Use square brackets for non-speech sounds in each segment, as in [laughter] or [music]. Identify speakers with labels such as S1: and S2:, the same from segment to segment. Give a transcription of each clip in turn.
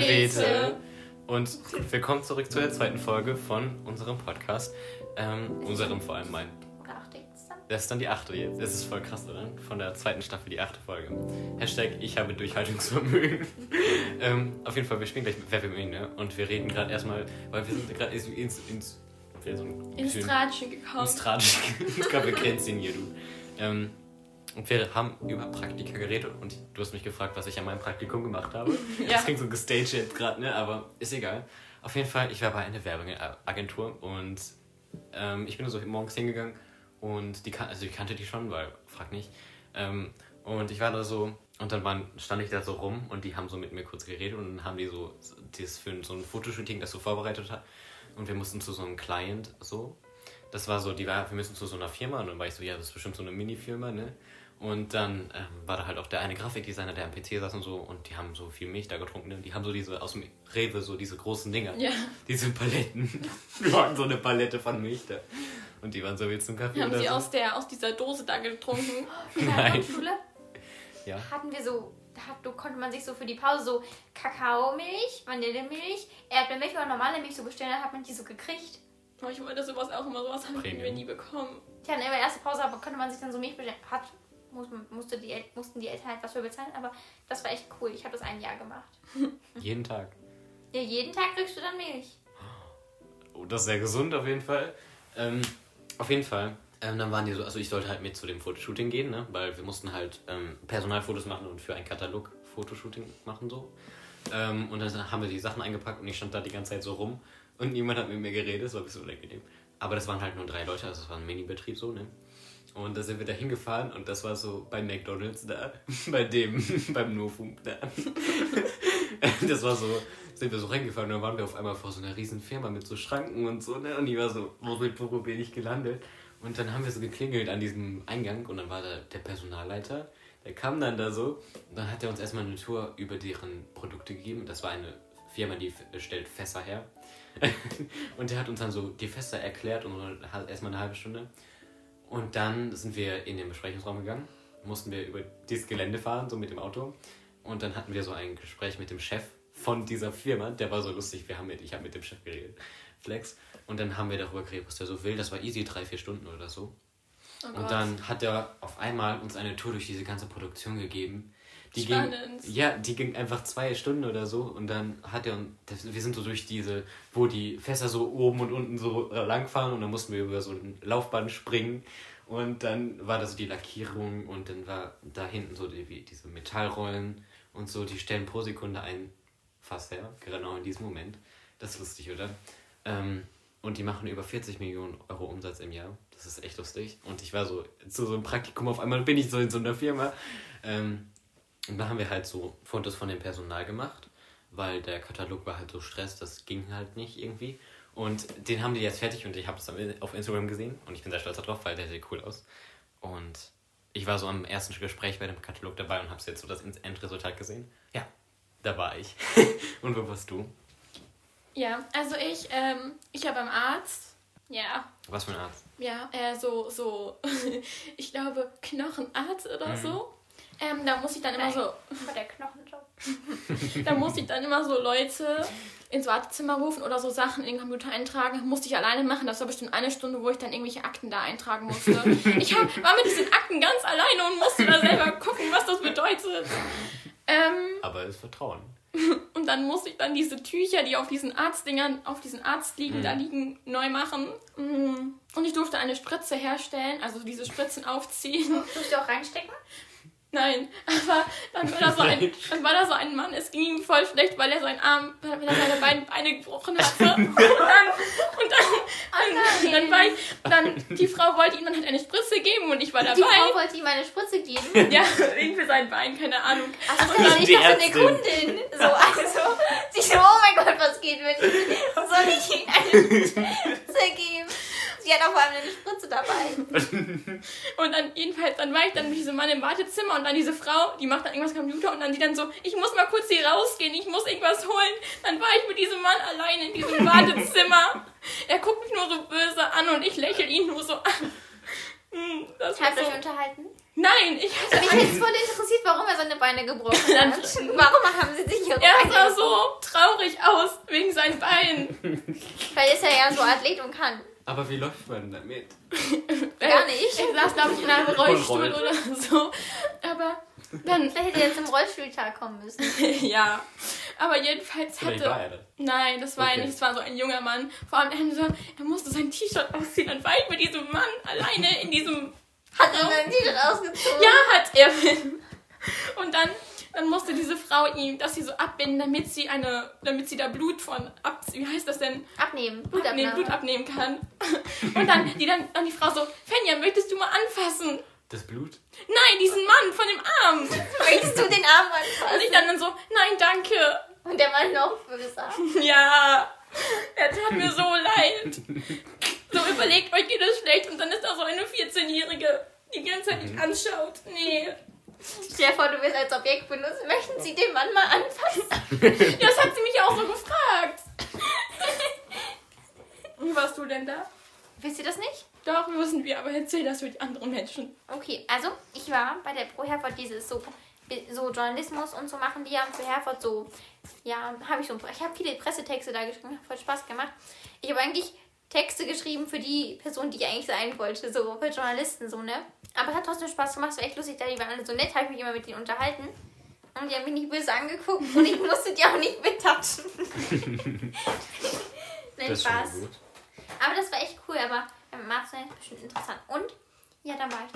S1: Salvete. Und willkommen zurück zu der zweiten Folge von unserem Podcast. Ähm, unserem vor allem mein.
S2: Oder achte jetzt dann?
S1: Das ist dann die achte jetzt. Das ist voll krass, oder? Von der zweiten Staffel die achte Folge. Hashtag ich habe Durchhaltungsvermögen. ähm, auf jeden Fall, wir spielen gleich mit Wer will Millionär. Und wir reden gerade erstmal, weil wir sind gerade ins, ins, ins, wir sind
S3: Ins
S1: schön-
S3: Tratschen gekommen.
S1: Ist tragisch. [laughs] ich glaube, wir grenzen hier, du. Ähm, und wir haben über Praktika geredet und du hast mich gefragt, was ich an meinem Praktikum gemacht habe. Das klingt so gestaged jetzt gerade, ne? aber ist egal. Auf jeden Fall, ich war bei einer Werbeagentur und ähm, ich bin da so morgens hingegangen und die, kan- also ich kannte die schon, weil, frag nicht. Ähm, und ich war da so und dann waren, stand ich da so rum und die haben so mit mir kurz geredet und dann haben die so das für so ein Fotoshooting, das so vorbereitet hat. Und wir mussten zu so einem Client so das war so, die war, wir müssen zu so einer Firma und dann war ich so, ja, das ist bestimmt so eine Mini-Firma, ne? Und dann ähm, war da halt auch der eine Grafikdesigner, der am PC saß und so und die haben so viel Milch da getrunken, ne? Die haben so diese aus dem Rewe, so diese großen Dinger,
S3: Ja.
S1: diese Paletten. [laughs] Wir hatten so eine Palette von Milch da. Und die waren so, willst du einen Kaffee
S3: Wir haben
S1: oder
S3: sie
S1: so?
S3: aus, der, aus dieser Dose da getrunken.
S2: In der
S1: Nein.
S2: Grundschule
S1: ja.
S2: hatten wir so, da hat, da konnte man sich so für die Pause so Kakaomilch, Vanillemilch, Erdbeermilch oder normale Milch so bestellen, dann hat man die so gekriegt.
S3: Oh, ich wollte sowas auch immer. Sowas haben
S1: Premium.
S3: wir nie bekommen.
S2: Die hatten immer erste Pause, aber konnte man sich dann so Milch bestellen. Hat, muss, man- musste die, El- mussten die Eltern halt was für bezahlen, aber das war echt cool. Ich habe das ein Jahr gemacht.
S1: Jeden Tag.
S2: Ja, jeden Tag kriegst du dann Milch.
S1: Oh, das ist sehr gesund auf jeden Fall. Ähm, auf jeden Fall. Ähm, dann waren die so, also ich sollte halt mit zu dem Fotoshooting gehen, ne? weil wir mussten halt ähm, Personalfotos machen und für einen Katalog Fotoshooting machen so. Ähm, und dann haben wir die Sachen eingepackt und ich stand da die ganze Zeit so rum und niemand hat mit mir geredet, das war ein bisschen unangenehm. Aber das waren halt nur drei Leute, also es war ein Mini-Betrieb so, ne? Und da sind wir da hingefahren und das war so bei McDonalds da, [laughs] bei dem, beim Nofum da. [laughs] Das war so, sind wir so reingefahren und dann waren wir auf einmal vor so einer riesen Firma mit so Schranken und so, ne? Und ich war so, wo bin, wo bin ich gelandet? Und dann haben wir so geklingelt an diesem Eingang und dann war da der Personalleiter, der kam dann da so und dann hat er uns erstmal eine Tour über deren Produkte gegeben. Das war eine Firma, die f- stellt Fässer her. [laughs] und der hat uns dann so die Fässer erklärt und so hat erstmal eine halbe Stunde. Und dann sind wir in den Besprechungsraum gegangen, mussten wir über dieses Gelände fahren, so mit dem Auto. Und dann hatten wir so ein Gespräch mit dem Chef von dieser Firma. Der war so lustig, wir haben mit, ich habe mit dem Chef geredet. Flex. Und dann haben wir darüber geredet, was der so will. Das war easy, drei, vier Stunden oder so.
S3: Oh
S1: Und
S3: Gott.
S1: dann hat er auf einmal uns eine Tour durch diese ganze Produktion gegeben. Die
S3: Spannend.
S1: ging, ja, die ging einfach zwei Stunden oder so und dann hat er und das, wir sind so durch diese, wo die Fässer so oben und unten so äh, langfahren und dann mussten wir über so ein Laufband springen und dann war da so die Lackierung und dann war da hinten so die, wie diese Metallrollen und so, die stellen pro Sekunde ein Fass her, genau in diesem Moment. Das ist lustig, oder? Ähm, und die machen über 40 Millionen Euro Umsatz im Jahr. Das ist echt lustig. Und ich war so zu so einem Praktikum, auf einmal bin ich so in so einer Firma. Ähm, und da haben wir halt so Fotos von dem Personal gemacht, weil der Katalog war halt so Stress, das ging halt nicht irgendwie. Und den haben die jetzt fertig und ich habe das am- auf Instagram gesehen und ich bin sehr stolz darauf, weil der sieht cool aus. Und ich war so am ersten Gespräch bei dem Katalog dabei und habe jetzt so das Endresultat gesehen. Ja, da war ich. [laughs] und wo warst du?
S3: Ja, also ich, ähm, ich war beim Arzt. Ja,
S1: Was für ein Arzt?
S3: ja, äh, so, so, [laughs] ich glaube, Knochenarzt oder
S1: Mhm.
S3: so. Ähm, da muss ich dann immer
S2: Nein.
S3: so
S2: Aber der Knochenjob.
S3: Da musste ich dann immer so Leute ins Wartezimmer rufen oder so Sachen in den Computer eintragen. Musste ich alleine machen. Das war bestimmt eine Stunde, wo ich dann irgendwelche Akten da eintragen musste. Ich hab, war mit diesen Akten ganz alleine und musste da selber gucken, was das bedeutet. Ähm,
S1: Aber es ist Vertrauen.
S3: und dann musste ich dann diese Tücher, die auf diesen Arztdingern, auf diesen Arzt liegen, da liegen, neu machen. Mm. Und ich durfte eine Spritze herstellen, also diese Spritzen aufziehen.
S2: Tust du auch reinstecken?
S3: Nein, aber dann war, da so ein,
S1: Nein.
S3: dann war da so ein Mann, es ging ihm voll schlecht, weil er seinen Arm, weil er seine beiden Beine gebrochen hatte. Und dann, und [laughs] dann,
S2: Oh nein.
S3: dann war ich, dann, die Frau wollte ihm dann halt eine Spritze geben und ich war
S2: Die
S3: dabei.
S2: Frau wollte ihm eine Spritze geben.
S3: Ja, wegen für sein Bein, keine Ahnung.
S2: Ach, das ist
S1: die
S2: nicht das eine
S1: Ärztin.
S2: Kundin. So, also, sie so, oh mein Gott, was geht mit ihm? Soll ich ihm eine Spritze geben? Sie hat auch vor allem eine Spritze dabei.
S3: Und dann, jedenfalls, dann war ich dann mit diesem Mann im Wartezimmer und dann diese Frau, die macht dann irgendwas am Computer und dann die dann so, ich muss mal kurz hier rausgehen, ich muss irgendwas holen. Dann war ich mit diesem Mann allein in [laughs] diesem Wartezimmer. Er guckt mich nur so böse an und ich lächel ihn nur so an. Hm, das war
S2: Habt ihr euch
S3: so.
S2: unterhalten?
S3: Nein, ich hatte
S2: Mich hätte es voll interessiert, warum er seine Beine gebrochen hat. warum haben sie sich ihre
S3: Er
S2: Beine
S3: sah
S2: gebrochen?
S3: so traurig aus wegen seinen Beinen.
S2: Weil ist er ja so Athlet und kann.
S1: Aber wie läuft man damit?
S2: Gar nicht.
S3: Er saß, glaube ich, in einem Rollstuhl oder so. Aber dann,
S2: Vielleicht hätte er jetzt im Rollstuhltag kommen müssen.
S3: ja. Aber jedenfalls
S1: Vielleicht
S3: hatte.
S1: war er das.
S3: Nein, das war
S1: Okay.
S3: er nicht. Es war so ein junger Mann. Vor allem, er, hatte so, er musste sein T-Shirt ausziehen. Dann war ich mit diesem Mann alleine in diesem.
S2: Hat er sein T-Shirt ausgezogen?
S3: Ja, hat er. [laughs] Und dann, dann musste diese Frau ihm, dass sie so abbinden, damit sie eine, damit sie da Blut von ab, wie heißt das denn?
S2: Abnehmen.
S3: Abnehmen, Blut
S2: Blutabnahme.
S3: abnehmen kann. [laughs] Und dann, die dann, dann die Frau so, Fenja, möchtest du mal anfassen?
S1: Das Blut?
S3: Nein, diesen Mann von dem Arm. Und
S2: Möchtest du den Arm anfassen?
S3: ich dann, dann so, nein, danke.
S2: Und der Mann noch böser.
S3: Ja, er tat mir so leid. So überlegt euch, geht es schlecht und dann ist da so eine 14-Jährige, die die ganze Zeit
S1: Mhm.
S3: mich anschaut. Nee.
S2: Stell dir vor, du wirst als Objekt benutzt. Möchten Sie den Mann mal anfassen?
S3: Ja, das hat sie mich auch so gefragt. Wie warst du denn da?
S2: Wisst ihr das nicht?
S3: Doch, wissen wir, aber erzähl das für die anderen Menschen.
S2: Okay, also ich war bei der Pro Herford dieses so, so Journalismus und so machen die ja für Herford so. Ja, habe ich so. Ich habe viele Pressetexte da geschrieben, hat voll Spaß gemacht. Ich habe eigentlich Texte geschrieben für die Person, die ich eigentlich sein wollte, so für Journalisten so, ne? Aber es hat trotzdem Spaß gemacht, es war echt lustig, da die waren alle so nett, habe ich mich immer mit denen unterhalten. Und die haben mich nicht böse angeguckt und ich musste die auch nicht
S1: [laughs]
S2: betatschen. [laughs] Nein,
S1: Das ist
S2: Spaß.
S1: schon gut.
S2: Aber das war echt cool, aber ähm, Marcel ist bestimmt interessant. Und ja, dann war ich,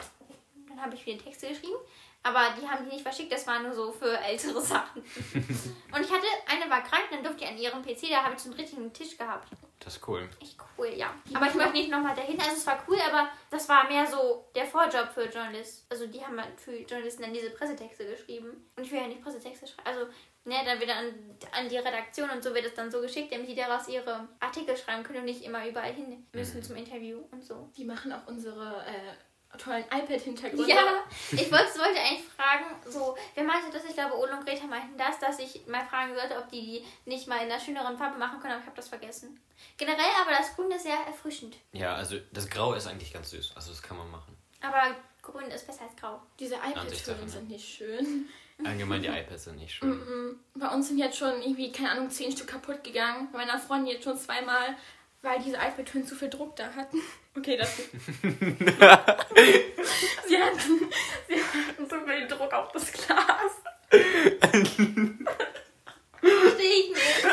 S2: dann habe ich wieder Texte geschrieben, aber die haben die nicht verschickt, das war nur so für ältere Sachen. Und ich hatte, eine war krank, dann durfte ich an ihrem PC, da habe ich so einen richtigen Tisch gehabt.
S1: Das ist cool.
S2: Echt cool, ja. Aber ich möchte nicht nochmal dahin, also es war cool, aber das war mehr so der Vorjob für Journalisten. Also die haben halt für Journalisten dann diese Pressetexte geschrieben. Und ich will ja nicht Pressetexte schreiben. Also, ne, dann wieder an, an die Redaktion und so wird es dann so geschickt, damit die daraus ihre Artikel schreiben können und nicht immer überall hin müssen zum Interview und so.
S3: Die machen auch unsere äh, tollen iPad-Hintergründe.
S2: Ja, ich wollte, wollte eigentlich fragen, so, wer meinte das? Ich glaube, Ole und Greta meinten das, dass ich mal fragen sollte, ob die die nicht mal in einer schöneren Farbe machen können, aber ich habe das vergessen. Generell aber das Grüne ist sehr erfrischend.
S1: Ja, also das Grau ist eigentlich ganz süß. Also das kann man machen.
S2: Aber grün ist besser als grau.
S3: Diese
S1: Ansichtssache,
S3: iPad-Türen
S1: ne?
S3: sind nicht schön.
S1: Allgemein die
S2: Mhm.
S1: iPads sind nicht schön.
S3: Bei uns sind jetzt schon irgendwie, keine Ahnung, zehn Stück kaputt gegangen. Bei meiner Freundin jetzt schon zweimal, weil diese iPad-Türen zu viel Druck da hatten. [laughs] Okay, das. sie, hatten, sie hatten so viel Druck auf das Glas.
S2: Verstehe ich nicht.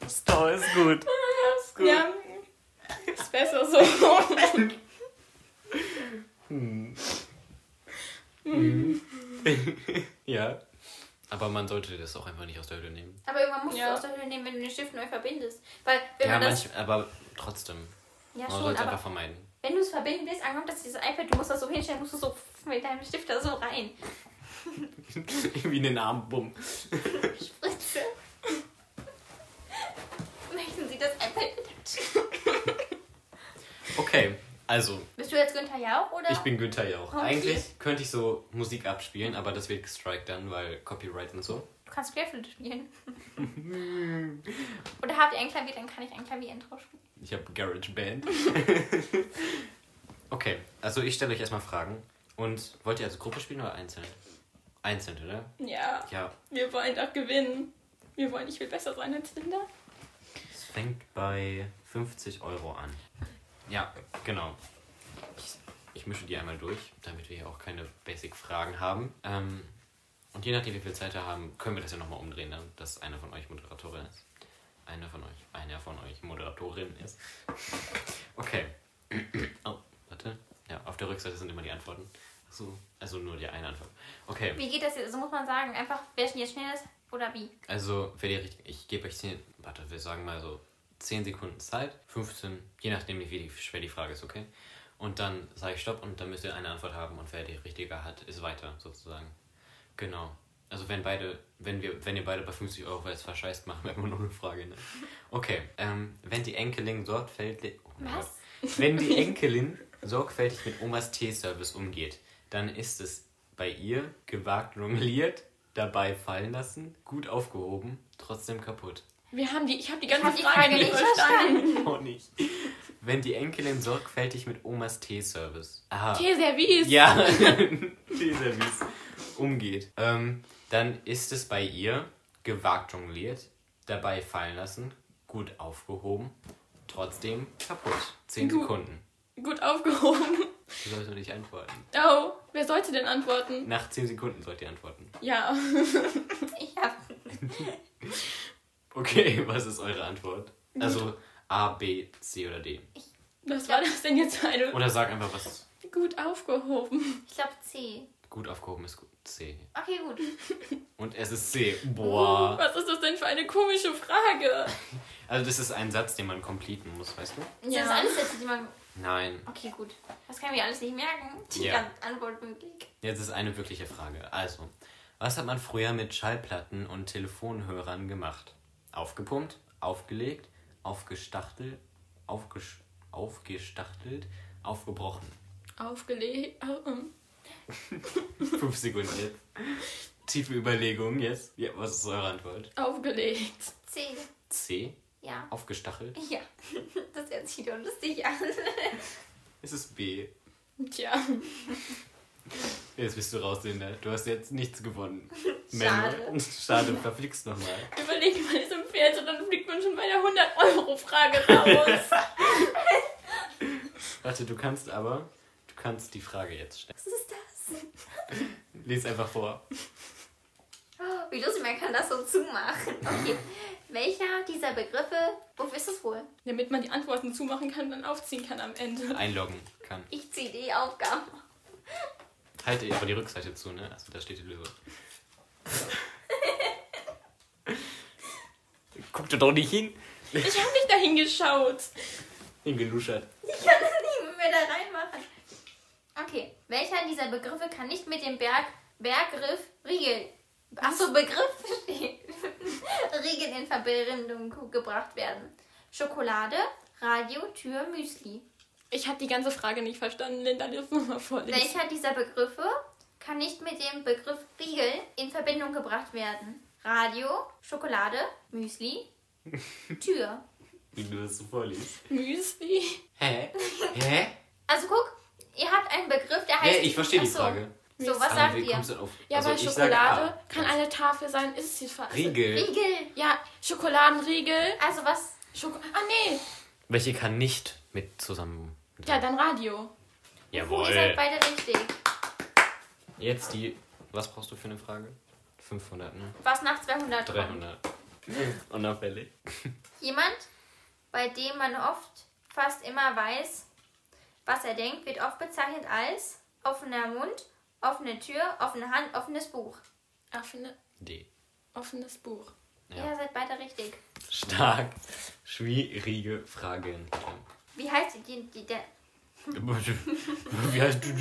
S1: Das Grau ist gut.
S3: Ist gut. Ja, ist besser so. [laughs]
S1: Ja. Aber man sollte das auch einfach nicht aus der Hülle nehmen.
S2: Aber irgendwann musst
S3: Ja.
S2: du aus der Höhle nehmen, wenn du den Stift neu verbindest. Weil, wenn
S1: Ja,
S2: man das.
S1: manch, aber trotzdem.
S2: Ja,
S1: Man
S2: schon,
S1: sollte es
S2: aber
S1: einfach vermeiden. [laughs]
S2: wenn du es verbinden willst, ankommt, dass dieses iPad, du musst das so hinstellen, musst du so mit deinem Stift da so rein.
S1: Irgendwie in den Arm, bumm.
S2: Spritze. [laughs] Möchten Sie das iPad betatschen?
S1: Okay, also,
S2: Bist du jetzt Günther Jauch oder?
S1: ich bin Günther Jauch.
S2: Okay.
S1: Eigentlich könnte ich so Musik abspielen, aber das wird gestrikt dann, weil Copyright und so.
S2: Du kannst Querflöte
S1: [laughs]
S2: spielen. Oder habt ihr ein Klavier, dann kann ich ein Klavier drauf spielen.
S1: Ich habe Garage Band. [laughs] okay, also ich stelle euch erstmal Fragen. Und wollt ihr also Gruppe spielen oder einzeln? Einzeln, oder?
S3: ja,
S1: Ja,
S3: wir wollen doch gewinnen. Wir wollen nicht viel besser sein als Linda.
S1: es fängt bei 50 Euro an. Ja, genau. Ich, ich mische die einmal durch, damit wir hier auch keine Basic-Fragen haben. Ähm, und je nachdem, wie viel Zeit wir haben, können wir das ja nochmal umdrehen, dann, dass einer von euch Moderatorin ist. Eine von euch, einer von euch Moderatorin ist. [laughs] Okay. Oh, warte. Ja, auf der Rückseite sind immer die Antworten. Ach so, also nur die eine Antwort. Okay.
S2: Wie geht das jetzt? Also muss man sagen, einfach, wer jetzt schnell ist oder wie?
S1: Also, wenn ihr richtig. Ich gebe euch 10. Warte, wir sagen mal so 10 Sekunden Zeit. 15, je nachdem, wie die- schwer die Frage ist, okay? Und dann sage ich Stopp und dann müsst ihr eine Antwort haben und wer die richtige hat, ist weiter, sozusagen. Genau. Also wenn beide, wenn wir, wenn ihr beide bei 50 Euro jetzt verscheißt, [laughs] machen wir immer nur eine Frage, ne? Okay. Ähm, wenn die Enkelin sorgfältig. Oh mein
S2: Was?
S1: Gott. Wenn die Enkelin sorgfältig mit Omas Teeservice umgeht, dann ist es bei ihr gewagt jongliert, dabei fallen lassen, gut aufgehoben, trotzdem kaputt.
S3: Wir haben die, ich habe die
S2: hab
S3: ganze
S2: die
S3: Frage
S2: Frage
S3: nicht
S2: nicht
S3: verstanden.
S1: Auch nicht. wenn die Enkelin sorgfältig mit Omas Teeservice. Aha.
S3: Teeservice.
S1: Ja, [laughs] Teeservice umgeht. Ähm, dann ist es bei ihr gewagt jongliert, dabei fallen lassen, gut aufgehoben, trotzdem kaputt. Zehn
S3: Gut.
S1: Sekunden.
S3: Gut aufgehoben.
S1: Du sollst noch nicht antworten.
S3: Oh, wer sollte denn antworten?
S1: Nach zehn Sekunden sollt ihr antworten.
S3: Ja. [laughs]
S2: Ich hab.
S1: Okay, [laughs] was ist eure Antwort? Also A, B, C oder D.
S3: Was war das denn jetzt für eine?
S1: Oder sag einfach, was
S3: Gut aufgehoben.
S2: Ich glaube C.
S1: gut aufgehoben ist. Gut. C.
S2: Okay, gut.
S1: Und es ist C. Boah.
S3: Was ist das denn für eine komische Frage?
S1: Also das ist ein Satz, den man completen muss, weißt du?
S2: Sind Das ist alles Sätze, die man.
S1: Nein.
S2: Okay, gut. Das kann ich mir alles nicht merken. Die
S1: Ja.
S2: ganze Antwort möglich.
S1: Jetzt ist eine wirkliche Frage. Also, was hat man früher mit Schallplatten und Telefonhörern gemacht? Aufgepumpt, aufgelegt, aufgestachtelt, aufgesch aufgestachtelt, aufgebrochen. [laughs]
S3: Aufgelegt. Oh, oh.
S1: Fünf Sekunden jetzt. Tiefe Überlegung jetzt. Ja, was ist eure Antwort?
S3: Aufgelegt.
S2: C.
S1: C.
S2: Ja.
S1: Aufgestachelt.
S2: Ja. [laughs] Das hört sich doch lustig an.
S1: Es ist B.
S3: Tja.
S1: Jetzt bist du raus, Linda. Du hast jetzt nichts gewonnen.
S2: Schade.
S1: Männer. [laughs] Schade, verflixt nochmal.
S3: Überlegt man es im Pferd und dann fliegt man schon bei der 100-Euro-Frage
S1: [laughs]
S3: raus.
S1: Warte, du kannst aber, du kannst die Frage jetzt stellen.
S2: Was ist das?
S1: Lies einfach vor.
S2: Oh, Wie lustig, man kann das so zumachen. Okay. Welcher dieser Begriffe, wofür ist es wohl?
S3: Damit man die Antworten zumachen kann und dann aufziehen kann am Ende.
S1: Einloggen kann.
S2: Ich ziehe die Aufgaben.
S1: Halte aber die Rückseite zu, ne? Also da steht die Löwe. Guck doch doch nicht hin.
S3: Ich habe nicht dahin geschaut.
S1: Hingeluschert.
S2: Ich kann das nicht mehr da reinmachen. Okay. Welcher dieser Begriffe kann nicht mit dem Berg, Berggriff Riegel. Achso, Begriff [laughs] steht. Riegel in Verbindung gebracht werden. Schokolade, Radio, Tür, Müsli.
S3: Ich habe die ganze Frage nicht verstanden. Linda, das nochmal vorlesen.
S2: Welcher dieser Begriffe kann nicht mit dem Begriff Riegel in Verbindung gebracht werden? Radio, Schokolade,
S1: [laughs]
S2: Müsli, Tür.
S1: Wie du das so vorliest.
S3: Müsli.
S1: Hä? Hä?
S2: Also guck, ihr habt einen Begriff, der heißt.
S1: Hä? Ich verstehe die
S2: Achso.
S1: Frage. Ah,
S2: So, was
S1: Aber
S2: sagt
S1: wie
S2: ihr?
S1: kommst du denn auf?
S3: Ja,
S1: Also,
S3: weil
S1: ich
S3: Schokolade
S1: sage A.
S3: kann eine Tafel sein. Ist es die Frage?
S1: Riegel.
S2: Riegel.
S3: Ja, Schokoladenriegel.
S2: Also was?
S3: Schoko ah, nee.
S1: Welche kann nicht mit zusammen.
S3: Ja, dann Radio.
S2: Ihr
S3: halt
S2: seid beide richtig.
S1: Jetzt die. Was brauchst du für eine Frage? 500, ne?
S2: Was nach 200 kommt.
S1: 300. [laughs] Unauffällig.
S2: Jemand, bei dem man oft fast immer weiß, was er denkt, wird oft bezeichnet als offener Mund, offene Tür, offene Hand, offenes Buch.
S3: Offene,
S1: D.
S3: offenes Buch.
S1: Ja.
S2: Ihr seid beide richtig.
S1: Stark. Schwierige Fragen.
S2: Wie heißt die, die, der,
S1: Wie heißt du?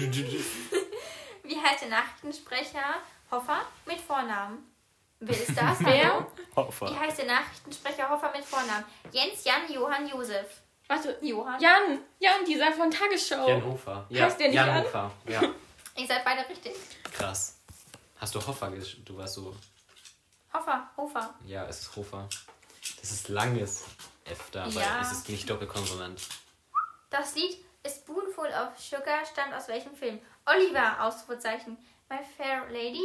S2: wie heißt der Nachrichtensprecher Hoffer mit Vornamen? Wer ist das?
S3: Wer?
S2: Wie
S1: Hoffer.
S2: heißt der Nachrichtensprecher Hoffer mit Vornamen? Jens, Jan, Johann, Josef.
S3: Warte.
S2: Johann.
S3: Jan. Jan, dieser von Tagesschau.
S1: Jan Hofer.
S3: Heißt der nicht
S1: Jan
S3: Jan?
S1: Hofer. Ja.
S2: Ihr seid beide richtig.
S1: Krass. Hast du Hoffer gesch... Du warst so...
S2: Hoffer, Hofer.
S1: Ja, es ist Hofer. Das ist langes F da, aber
S2: Ja.
S1: es ist nicht Doppelkonsonant.
S2: Das Lied A Spoonful of Sugar stammt aus welchem Film? Oliver, Ausrufezeichen. My Fair Lady.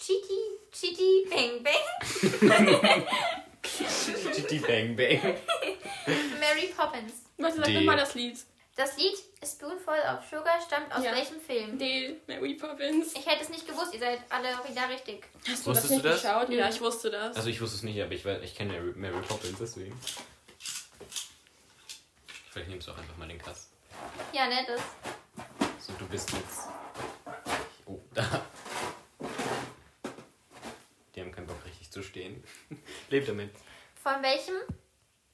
S2: Chitty, Chitty, Bang Bang.
S1: Chitty Bang Bang.
S2: Mary Poppins.
S3: Warte, sag
S1: D.
S3: nochmal das Lied.
S2: Das Lied A Spoonful of Sugar stammt aus
S3: Ja.
S2: welchem Film?
S3: D. Mary Poppins.
S2: Ich hätte es nicht gewusst, ihr seid alle wieder richtig.
S3: Hast
S1: Wusstest du das?
S3: geschaut? Ja, ich wusste das.
S1: Also ich wusste es nicht, aber ich, weiß, ich kenne Mary, Mary Poppins, deswegen. Vielleicht nimmst du auch einfach mal den Kass.
S2: Ja, ne, das.
S1: So, du bist jetzt... Oh, da. Die haben keinen Bock, richtig zu stehen. [laughs] Lebt damit.
S2: Von welchem,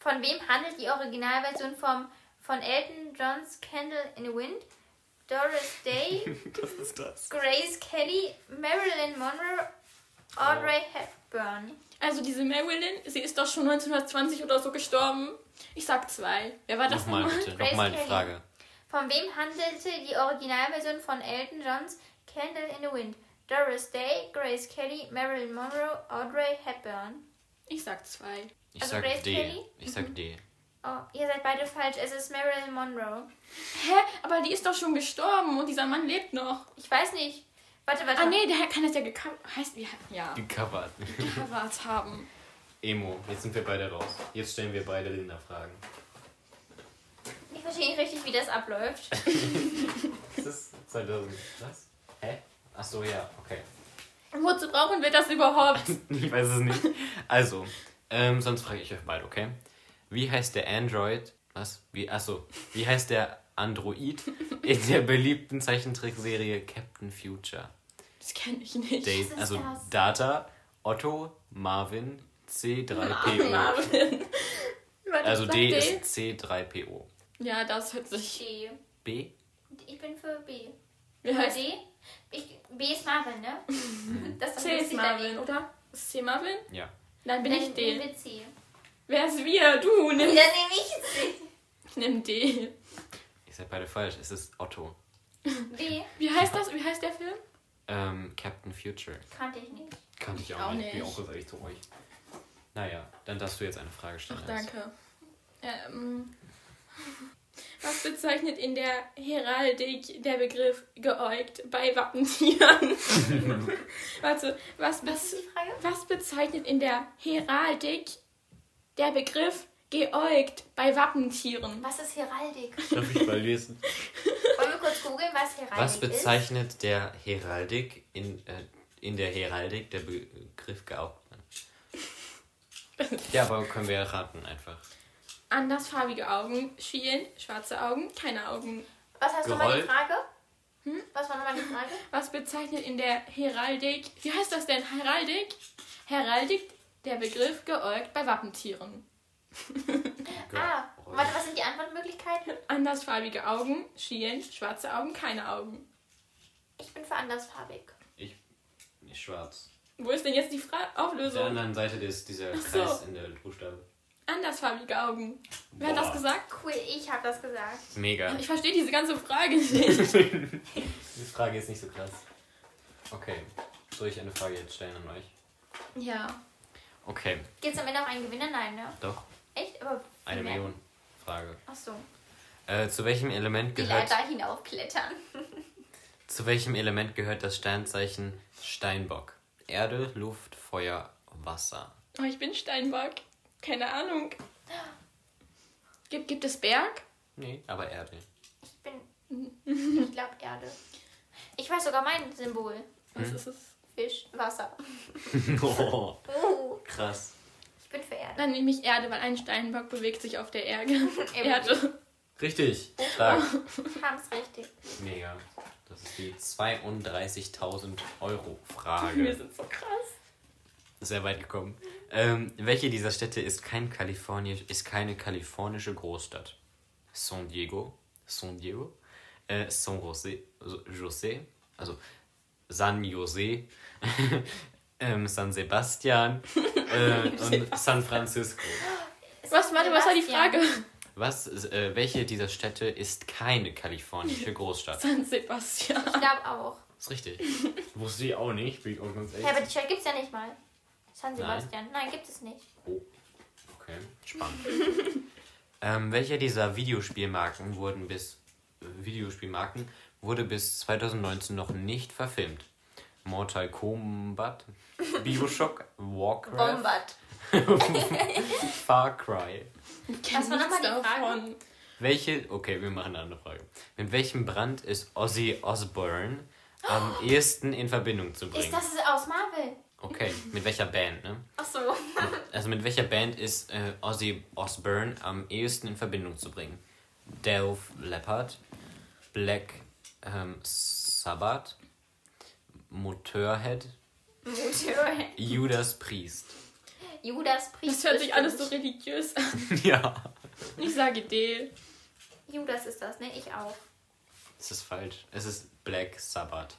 S2: von wem handelt die Originalversion vom, von Elton John's Candle in the Wind, Doris Day,
S1: Was ist [laughs] das?
S2: Grace Kelly, Marilyn Monroe, Audrey Hepburn?
S3: Also diese Marilyn, sie ist doch schon 1920 oder so gestorben. Ich sag zwei. Wer war das
S1: Nochmal bitte,
S2: Grace
S1: nochmal die
S2: Kelly.
S1: Frage.
S2: Von wem handelte die Originalversion von Elton John's Candle in the Wind, Doris Day, Grace Kelly, Marilyn Monroe, Audrey Hepburn?
S3: Ich sag zwei.
S1: Ich
S2: Also
S1: sag
S2: Grace
S1: D.
S2: Kelly?
S1: Ich sag D.
S2: Oh, ihr seid beide falsch. Es ist Marilyn Monroe.
S3: Hä? Aber die ist doch schon gestorben und dieser Mann lebt noch.
S2: Ich weiß nicht. Warte, warte.
S3: Ah nee, der kann das ja gecovert. Heißt wie? Ja.
S1: Gecovert.
S3: Gecovert haben.
S1: [laughs] Emo, jetzt sind wir beide raus. Jetzt stellen wir beide Linda Fragen.
S2: Ich verstehe nicht richtig, wie
S3: [laughs]
S2: das abläuft.
S1: Das ist 2000. Was? Hä? Ach so, ja, okay.
S3: Wozu brauchen wir das überhaupt?
S1: [laughs] Ich weiß es nicht. Also, ähm, sonst frage ich euch beide, okay? Wie heißt der Android? Was? Wie? Achso, wie heißt der Android in der beliebten Zeichentrickserie Captain Future?
S3: Das kenne ich nicht.
S1: Date,
S2: ist
S1: also
S2: das?
S1: Data, Otto, Marvin, C3PO.
S3: Marvin.
S2: Warte,
S1: Also
S2: sag
S1: D
S2: D.
S1: ist C3PO.
S3: [laughs] Ja, das hört sich.
S2: D.
S1: B?
S2: Ich bin für B.
S3: Wie
S2: Für
S3: heißt
S2: D? Ich, B ist
S3: [laughs]
S2: Marvin, ne? Das ist doch
S3: C
S2: ein
S3: ist
S2: bisschen
S3: Marvin, oder? Ist C Marvin?
S1: Ja.
S3: Nein, bin
S2: daneben.
S3: ich
S2: Dann
S3: D.
S2: nehmen
S3: [laughs]
S2: wir C.
S3: Wer ist wir? Du,
S2: Dann
S3: nimm,
S2: nehme ich
S3: nimm D.
S1: Ich seid beide falsch, es ist Otto.
S2: C. B
S3: Wie heißt das? Wie heißt der Film?
S1: Ähm, Captain Future.
S2: kannte ich nicht.
S1: Kann ich auch,
S3: auch
S1: nicht. Bin
S3: nicht.
S1: auch ganz ehrlich zu euch. Naja, dann darfst du jetzt eine Frage stellen.
S3: Ach, danke. Ähm, was bezeichnet in der Heraldik der Begriff geäugt bei Wappentieren? Warte, was,
S2: Was
S3: was,
S2: ist die Frage?
S3: was bezeichnet in der Heraldik der Begriff geäugt bei Wappentieren?
S2: Was ist Heraldik?
S1: Darf ich mal lesen?
S2: Wollen wir kurz googeln, was Heraldik
S1: Was
S2: ist?
S1: bezeichnet der Heraldik in, äh, in der Heraldik der Begriff geaugt? Ja, aber können wir raten einfach.
S3: Andersfarbige Augen, Schielen, schwarze Augen, keine Augen.
S2: Was heißt nochmal die
S1: Gerollt.
S2: Frage? Hm? Was war nochmal die Frage?
S3: Was bezeichnet in der Heraldik, wie heißt das denn? Heraldik? Heraldik der Begriff geäugt bei Wappentieren.
S2: Ah,
S1: Gerollt.
S2: warte, was sind die Antwortmöglichkeiten?
S3: Andersfarbige Augen, Schielen, schwarze Augen, keine Augen.
S2: Ich bin für andersfarbig.
S1: Ich. Nicht schwarz.
S3: Wo ist denn jetzt die Fra
S1: Auf der
S3: Auflösung?
S1: anderen Seite des, dieser
S3: so.
S1: Kreis in der Buchstabe.
S3: Andersfarbige Augen. Wer hat
S1: Boah.
S3: das gesagt?
S2: Cool, ich habe das gesagt.
S1: Mega.
S3: Ich verstehe diese ganze Frage nicht. [laughs]
S1: Diese Frage ist nicht so krass. Okay. Soll ich eine Frage jetzt stellen an euch?
S3: ja.
S1: Okay,
S2: Gibt es am Ende auch einen Gewinner? Nein, ne?
S1: doch.
S2: Echt? Aber
S1: Eine
S2: mehr-
S1: Million Frage.
S2: Ach so.
S1: Äh, zu welchem Element
S2: Die
S1: gehört.
S2: Leiter hinaufklettern.
S1: Zu welchem Element gehört das Sternzeichen Steinbock? Erde, Luft, Feuer, Wasser.
S3: Oh, ich bin Steinbock. Keine Ahnung. Gibt, gibt es Berg?
S1: Nee, aber Erde.
S2: Ich bin.
S3: [laughs]
S2: Ich glaube Erde. Ich weiß sogar mein Symbol.
S3: Was ist es?
S2: Fisch, Wasser.
S1: [laughs] oh,
S2: Uh,
S1: krass.
S2: ich bin für Erde.
S3: Dann nehme ich Erde, weil ein Steinbock bewegt sich auf der Erde.
S2: [laughs]
S3: [laughs] Erde.
S1: Richtig. Stark.
S2: Haben es richtig.
S1: Mega. Das ist die 32.000 Euro
S3: Wir [laughs]
S1: Frage.
S3: sind so krass.
S1: Sehr weit gekommen. Ähm, welche dieser Städte ist, kein Kalifornisch, ist keine kalifornische Großstadt? San Diego, San Diego, äh, San Jose, Jose, also San Jose, [laughs] ähm, San Sebastian äh, und San Francisco.
S3: Was, warte, was war die Frage?
S2: Sebastian.
S1: Was, äh, welche dieser Städte ist keine kalifornische Großstadt?
S3: San Sebastian.
S2: Ich glaube auch.
S1: Ist richtig. Wusste ich auch nicht, bin ich auch ganz
S2: Ja, aber die Stadt gibt es ja nicht mal. San
S1: Nein.
S2: Sebastian. Nein, gibt es nicht.
S1: Oh, okay.
S2: [laughs]
S1: Spannend. ähm, welche dieser Videospielmarken wurden bis äh, Videospielmarken wurde bis 2019 noch nicht verfilmt? Mortal
S2: [laughs]
S1: Kombat, Bioshock, Warcraft,
S2: Bombard.
S1: [laughs] Far Cry.
S2: Was war nochmal die Frage?
S3: Davon.
S1: Welche, okay, wir machen eine andere Frage. Mit welchem Brand ist Ozzy Osbourne am ehesten in Verbindung zu
S2: Oh. Ist
S1: bringen?
S2: das aus Marvel?
S1: Okay, mit welcher Band, ne?
S2: Ach so.
S1: Also mit welcher Band ist äh, Ozzy Osbourne am ehesten in Verbindung zu bringen? Delph Leppard, Black ähm, Sabbath, Motorhead,
S2: Motorhead.
S1: Judas [laughs] Priest.
S2: [laughs] Judas Priest.
S3: Das hört sich alles so
S2: bestimmt.
S3: religiös
S1: ja.
S3: Ich sage D.
S2: Judas ist das, ne? Ich auch.
S1: Es ist falsch. Es ist Black [laughs] Sabbath.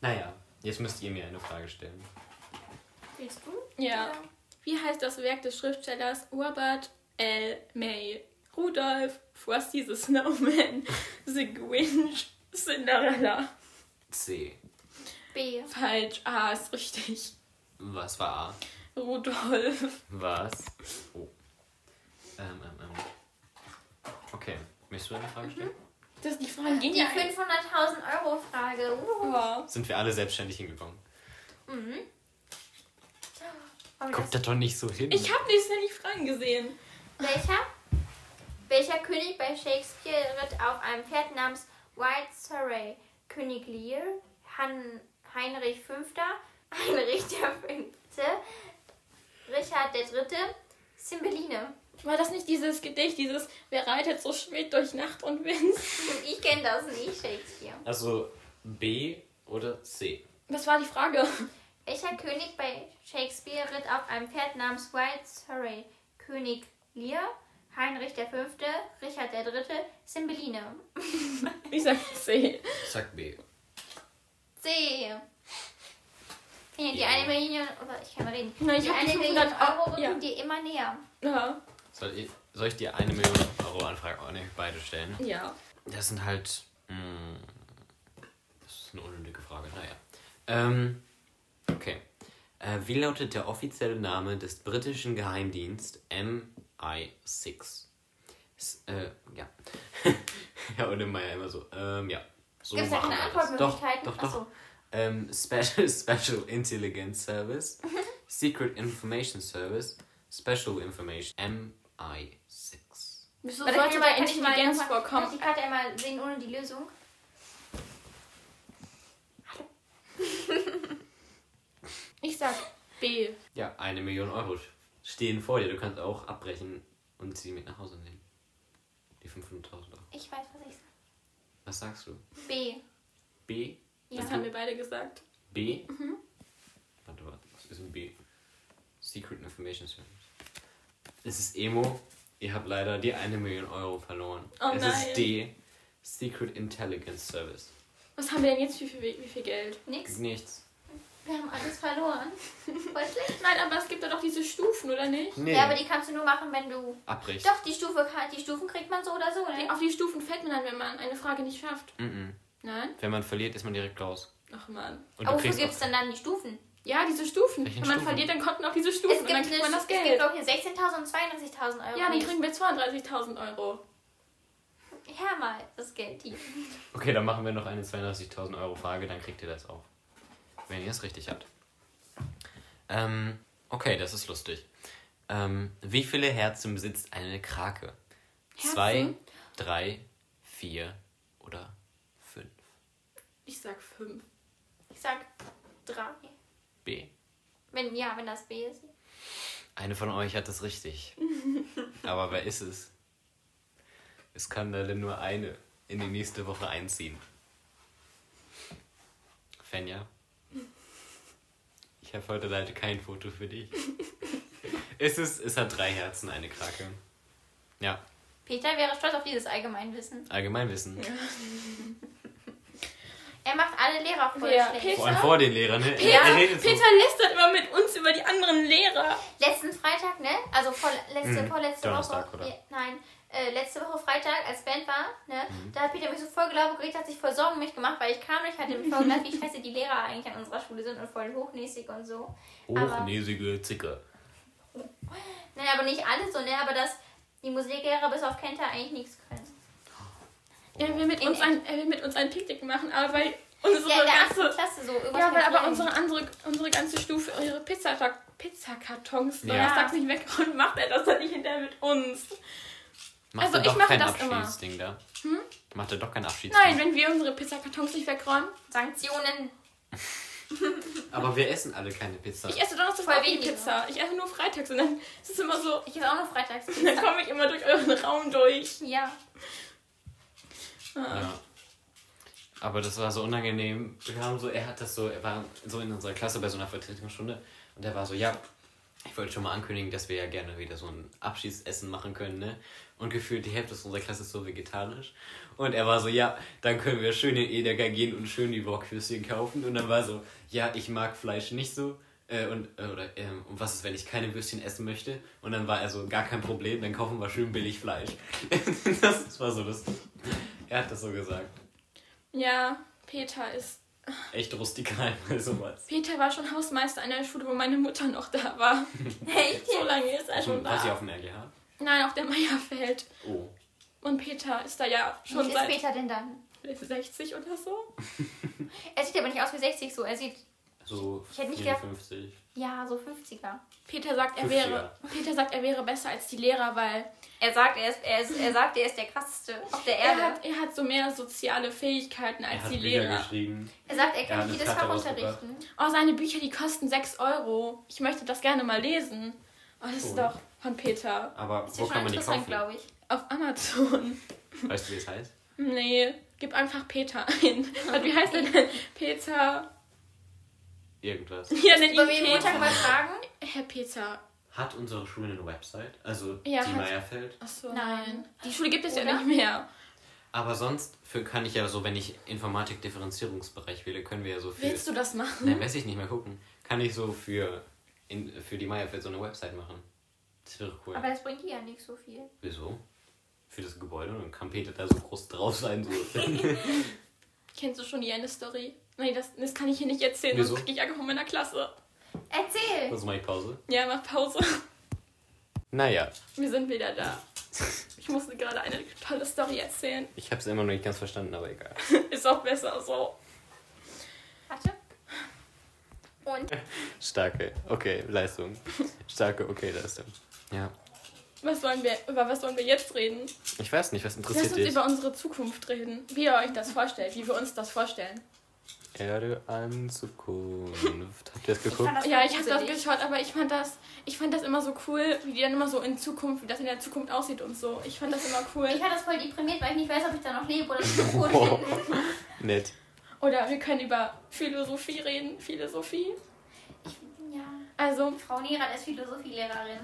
S1: naja, jetzt müsst ihr mir eine Frage stellen.
S2: Willst du?
S3: Ja. Wie heißt das Werk des Schriftstellers Robert L. May? Rudolf, Frosty the Snowman, The Grinch, Cinderella.
S1: C.
S2: B.
S3: Falsch, A ist richtig.
S1: Was war A?
S3: Rudolf.
S1: Was? Oh. Ähm, ähm, Möchtest du eine Frage stellen?
S3: Das, die Fragen gehen
S2: Die
S3: ja eigentlich.
S2: 500.000 Euro Frage. Uh.
S3: Aber
S1: Sind wir alle selbstständig hingekommen?
S2: Mhm. Und
S1: Guckt da doch nicht so hin.
S3: Ich habe nicht die Fragen gesehen.
S2: Welcher? Welcher König bei Shakespeare ritt auf einem Pferd namens White Surrey? König Lear, Han Heinrich V., [laughs] Heinrich der Fünfte, Richard der Dritte, Cymbeline.
S3: War das nicht dieses Gedicht, dieses Wer reitet so spät durch Nacht und Wind?
S2: Ich kenne das nicht, Shakespeare.
S1: also B oder C?
S3: Was war die Frage?
S2: Welcher König bei Shakespeare ritt auf einem Pferd namens White Surrey? König Lear, Heinrich der Fünfte, Richard der Dritte, Cymbeline.
S3: Ich sag C.
S1: Sag B.
S2: C. Findet die
S1: Ja.
S2: eine Million, oder ich kann mal reden.
S3: Na, ich
S2: die
S3: hab die
S2: eine Million
S3: 500
S2: Euro
S3: Euro, ja.
S2: rücken dir immer näher.
S3: Ja.
S1: Soll ich, soll ich dir eine Million Euro Anfrage oh, nee, beide stellen?
S3: ja.
S1: Das sind halt. Mh, das ist eine unnötige Frage. Naja. Ähm, okay. Äh, wie lautet der offizielle Name des britischen Geheimdienst MI6? S äh, ja. [laughs] Herr Onemeyer immer so. Ähm, ja. So
S2: Gibt's da
S1: machen
S2: keine
S1: wir das. Doch,
S2: Antwortmöglichkeiten?
S1: doch,
S2: Ach
S1: doch.
S2: so.
S1: Ähm, Special, [laughs] Special Intelligence Service,
S3: Mhm.
S1: Secret Information Service, Special Information MI6.
S3: Wieso
S2: Warte,
S3: sollte
S2: kann ich
S3: da
S2: mal- kann ich mal
S3: Intelligenz
S2: nochmal- Kann
S3: vorkommen?
S2: ich die Karte einmal sehen ohne die Lösung?
S3: Ich sag B.
S1: Ja, eine Million Euro stehen vor dir. Du kannst auch abbrechen und sie mit nach Hause nehmen. Die 500.000 Euro.
S2: Ich weiß, was ich sage.
S1: Was sagst du?
S2: B.
S1: B?
S3: Das haben wir Mhm. beide gesagt.
S1: B? Warte, warte. Was ist ein B? Secret Information Service. Es ist Emo. Ihr habt leider die eine Million Euro verloren.
S3: Oh
S1: es
S3: nein.
S1: ist D. Secret Intelligence Service.
S3: Was haben wir denn jetzt für, für wie viel Geld?
S2: Nix.
S1: Nichts.
S2: Wir haben alles verloren. Voll schlecht.
S3: Nein, aber es gibt da doch diese Stufen, oder nicht?
S1: Nee.
S2: Ja, aber die kannst du nur machen, wenn du...
S1: Abbrechen.
S2: Doch, die, Stufe, kann- die Stufen kriegt man so oder so,
S3: Nee,
S2: ne?
S3: Auf die Stufen fällt man dann, wenn man eine Frage nicht schafft.
S1: Mhm.
S3: Nein?
S1: Wenn man verliert, ist man direkt raus.
S3: Ach man.
S1: Und
S2: Aber
S1: du
S2: wofür
S1: kriegst
S2: gibt es
S1: auch,
S2: dann dann die Stufen?
S3: Ja, diese Stufen.
S1: Welchen
S3: Wenn man
S1: Stufen?
S3: verliert, dann kommt man auf diese Stufen
S2: Es
S3: und
S2: gibt,
S3: dann
S2: eine,
S3: kriegt man das
S2: es gibt
S3: Geld.
S2: glaube ich 16.000 und 32.000 Euro.
S3: Ja, dann kriegen wir 32.000 Euro.
S2: Her mal das Geld hier.
S1: Okay, dann machen wir noch eine 32.000 Euro Frage, dann kriegt ihr das auch. Wenn ihr es richtig habt. Ähm, okay, das ist lustig. Ähm, wie viele Herzen besitzt eine Krake?
S3: Herzen?
S1: Zwei, drei, vier oder fünf?
S3: Ich sag 5.
S2: Ich sag drei.
S1: B.
S2: Wenn, ja, wenn das B ist.
S1: Eine von euch hat
S3: [laughs]
S1: das richtig. Aber wer ist es? Es kann leider nur eine in die nächste Woche einziehen. Fenja, ich habe heute leider kein Foto für dich. Es ist, es hat drei Herzen, eine Krake. Ja,
S2: Peter wäre stolz auf dieses Allgemeinwissen.
S1: Allgemeinwissen.
S2: Er macht alle Lehrer voll
S3: Ja,
S2: schlecht.
S1: Vor allem vor den Lehrern. Ne?
S3: Ja,
S1: Er, er redet so.
S3: Peter lästert immer mit uns über die anderen Lehrer.
S2: Letzten Freitag, ne? Also vor, letzte,
S1: Mhm.
S2: vorletzte
S1: Donnerstag,
S2: Woche.
S1: oder?
S2: Ja, nein, äh, letzte Woche Freitag, als Band war, ne?
S1: Mhm.
S2: Da hat Peter mich so voll gelaufen geredet, hat sich voll Sorgen um mich gemacht, weil ich kam nicht, hatte mir voll
S1: [laughs]
S2: gedacht, wie scheiße die Lehrer eigentlich an unserer Schule sind und voll hochnäsig und so.
S1: Oh,
S2: Aber,
S1: Hochnäsige Zicke.
S2: nein, aber nicht alles so, ne? Aber dass die Musiklehrer bis auf Kenta eigentlich nichts können.
S3: Er will mit
S2: In
S3: uns
S2: echt.
S3: ein, er will mit uns ein Picknick machen, aber weil unsere
S2: Ja, in der
S3: ganze.
S2: ersten Klasse so. irgendwas
S3: Ja, weil
S2: mit
S3: aber
S2: Lehren.
S3: unsere, andere, unsere ganze Stufe ihre Pizza- Pizzakartons
S1: Ja.
S3: donnerstags nicht weg und macht er das dann nicht hinterher mit uns.
S1: Macht
S3: Also
S1: er
S3: ich
S1: doch
S3: mache
S1: kein
S3: das immer. Hm?
S1: Abschiedsding da. Macht er doch kein Abschiedsding.
S3: Nein, wenn wir unsere Pizzakartons nicht wegräumen.
S2: Sanktionen.
S1: Aber wir essen alle keine Pizza.
S3: Ich esse donnerstags
S2: Voll
S3: auch die
S2: wenige.
S3: Pizza. Ich esse nur freitags und dann ist es immer so.
S2: Ich esse auch nur [laughs] freitags.
S3: [laughs] Dann komme ich immer durch euren Raum durch.
S2: Ja.
S1: Ja. Aber das war so unangenehm. Wir haben so, er hat das so, er war so in unserer Klasse bei so einer Vertretungsstunde und er war so, ja, ich wollte schon mal ankündigen, dass wir ja gerne wieder so ein Abschiedsessen machen können, ne? Und gefühlt die Hälfte unserer Klasse ist so vegetarisch. Und er war so, ja, dann können wir schön in Edeka gehen und schön die Bockwürstchen kaufen. Und dann war so, ja, ich mag Fleisch nicht so. Äh, und, äh, oder, ähm, und was ist, wenn ich keine Würstchen essen möchte? Und dann war er so, gar kein Problem, dann kaufen wir schön billig Fleisch. [laughs] das war so das. Er hat das so gesagt.
S3: Ja, Peter ist.
S1: Echt rustikal bei sowas.
S3: Peter war schon Hausmeister an der Schule, wo meine Mutter noch da [laughs] war.
S2: Echt?
S3: So lange ist er schon
S1: War sie
S3: da.
S1: auf dem RGH?
S3: Nein, auf der Meierfeld.
S1: Oh.
S3: Und Peter ist da ja schon
S2: Wie ist
S3: seit
S2: Peter denn dann?
S3: 60 oder so.
S2: Er sieht aber nicht aus wie 60 so. Er sieht,
S1: So
S2: Ich hätte nicht gedacht-
S1: 54.
S2: ja, so 50er.
S3: Peter sagt, er
S1: 50er.
S3: wäre, Peter sagt, er wäre besser als die Lehrer, weil
S2: Er sagt, er ist, er ist, er sagt, er ist der krasseste auf [laughs] der
S3: er
S2: Erde.
S3: hat, er hat so mehr soziale Fähigkeiten
S1: Er
S3: als
S1: hat
S3: die
S1: Bücher
S3: Lehrer.
S1: geschrieben.
S2: er sagt, er
S1: Er hat
S2: kann
S1: eine
S2: jedes
S1: Platte
S2: Fach
S1: rausgebracht.
S2: unterrichten.
S3: Oh, seine Bücher, die kosten 6 Euro. Ich möchte das gerne mal lesen. Oh, das ist
S1: Oh.
S3: doch von Peter.
S1: Aber
S2: Ist ja
S1: wo
S2: schon
S1: kann man die
S2: interessant,
S1: kaufen?
S2: glaube ich.
S3: Auf Amazon.
S1: Weißt du, wie es heißt?
S3: Nee, gib einfach Peter [laughs] ein. Und wie heißt er denn? Peter.
S1: Irgendwas.
S3: Ja, nenn
S2: Wollen wir
S3: ihn
S2: ihn Montag
S3: Peter.
S2: mal fragen?
S3: Herr Peter.
S1: Hat unsere Schule eine Website? Also
S3: Ja,
S1: die
S3: hat-
S1: Meierfeld.
S3: Achso,
S2: Nein.
S3: nein. Die Schule gibt es ja
S2: Oder?
S3: nicht mehr.
S1: Aber sonst für, kann ich ja so, wenn ich Informatik-Differenzierungsbereich wähle, können wir ja so für.
S3: Willst du das
S1: Nein,
S3: machen?
S1: weiß ich nicht mehr gucken. Kann ich so für, in, für die Meierfeld so eine Website machen? Das wäre cool.
S2: Aber das bringt dir ja nicht so viel.
S1: Wieso? Für das Gebäude und dann kann Peter da so groß drauf sein. So.
S2: [laughs]
S3: Kennst du schon die Ende-Story? Nee, das, das kann ich hier nicht erzählen,
S1: Wieso?
S3: sonst krieg ich Ärger von meiner Klasse.
S2: Erzähl!
S1: Also mache ich Pause.
S3: Ja, mach Pause.
S1: Naja,
S3: Wir sind wieder da. Ich musste gerade eine tolle Story erzählen.
S1: ich habe es immer noch nicht ganz verstanden, aber egal.
S3: Ist auch besser so.
S2: Warte. Und?
S1: Starke, okay, Leistung. Starke, okay, Leistung. Ja.
S3: Was wollen wir, über was wollen wir jetzt reden?
S1: Ich weiß nicht, was
S3: Lass
S1: interessiert
S3: uns
S1: dich?
S3: über unsere Zukunft reden. Wie ihr euch das vorstellt, wie wir uns das vorstellen.
S1: Erdogan Zukunft. Habt ihr das
S2: Ich
S1: geguckt?
S2: fand das
S3: Ja,
S2: voll
S3: ich habe das
S2: gruselig.
S3: geschaut, aber ich fand das, ich fand das immer so cool, wie die dann immer so in Zukunft, wie das in der Zukunft aussieht und so. Ich fand das immer cool.
S2: Ich hatte das voll deprimiert, weil ich nicht weiß, ob ich da noch lebe oder nicht so tot bin.
S1: Nett.
S3: Oder wir können über Philosophie reden. Philosophie.
S2: Ja.
S3: Also,
S2: Frau Nierat ist Philosophielehrerin.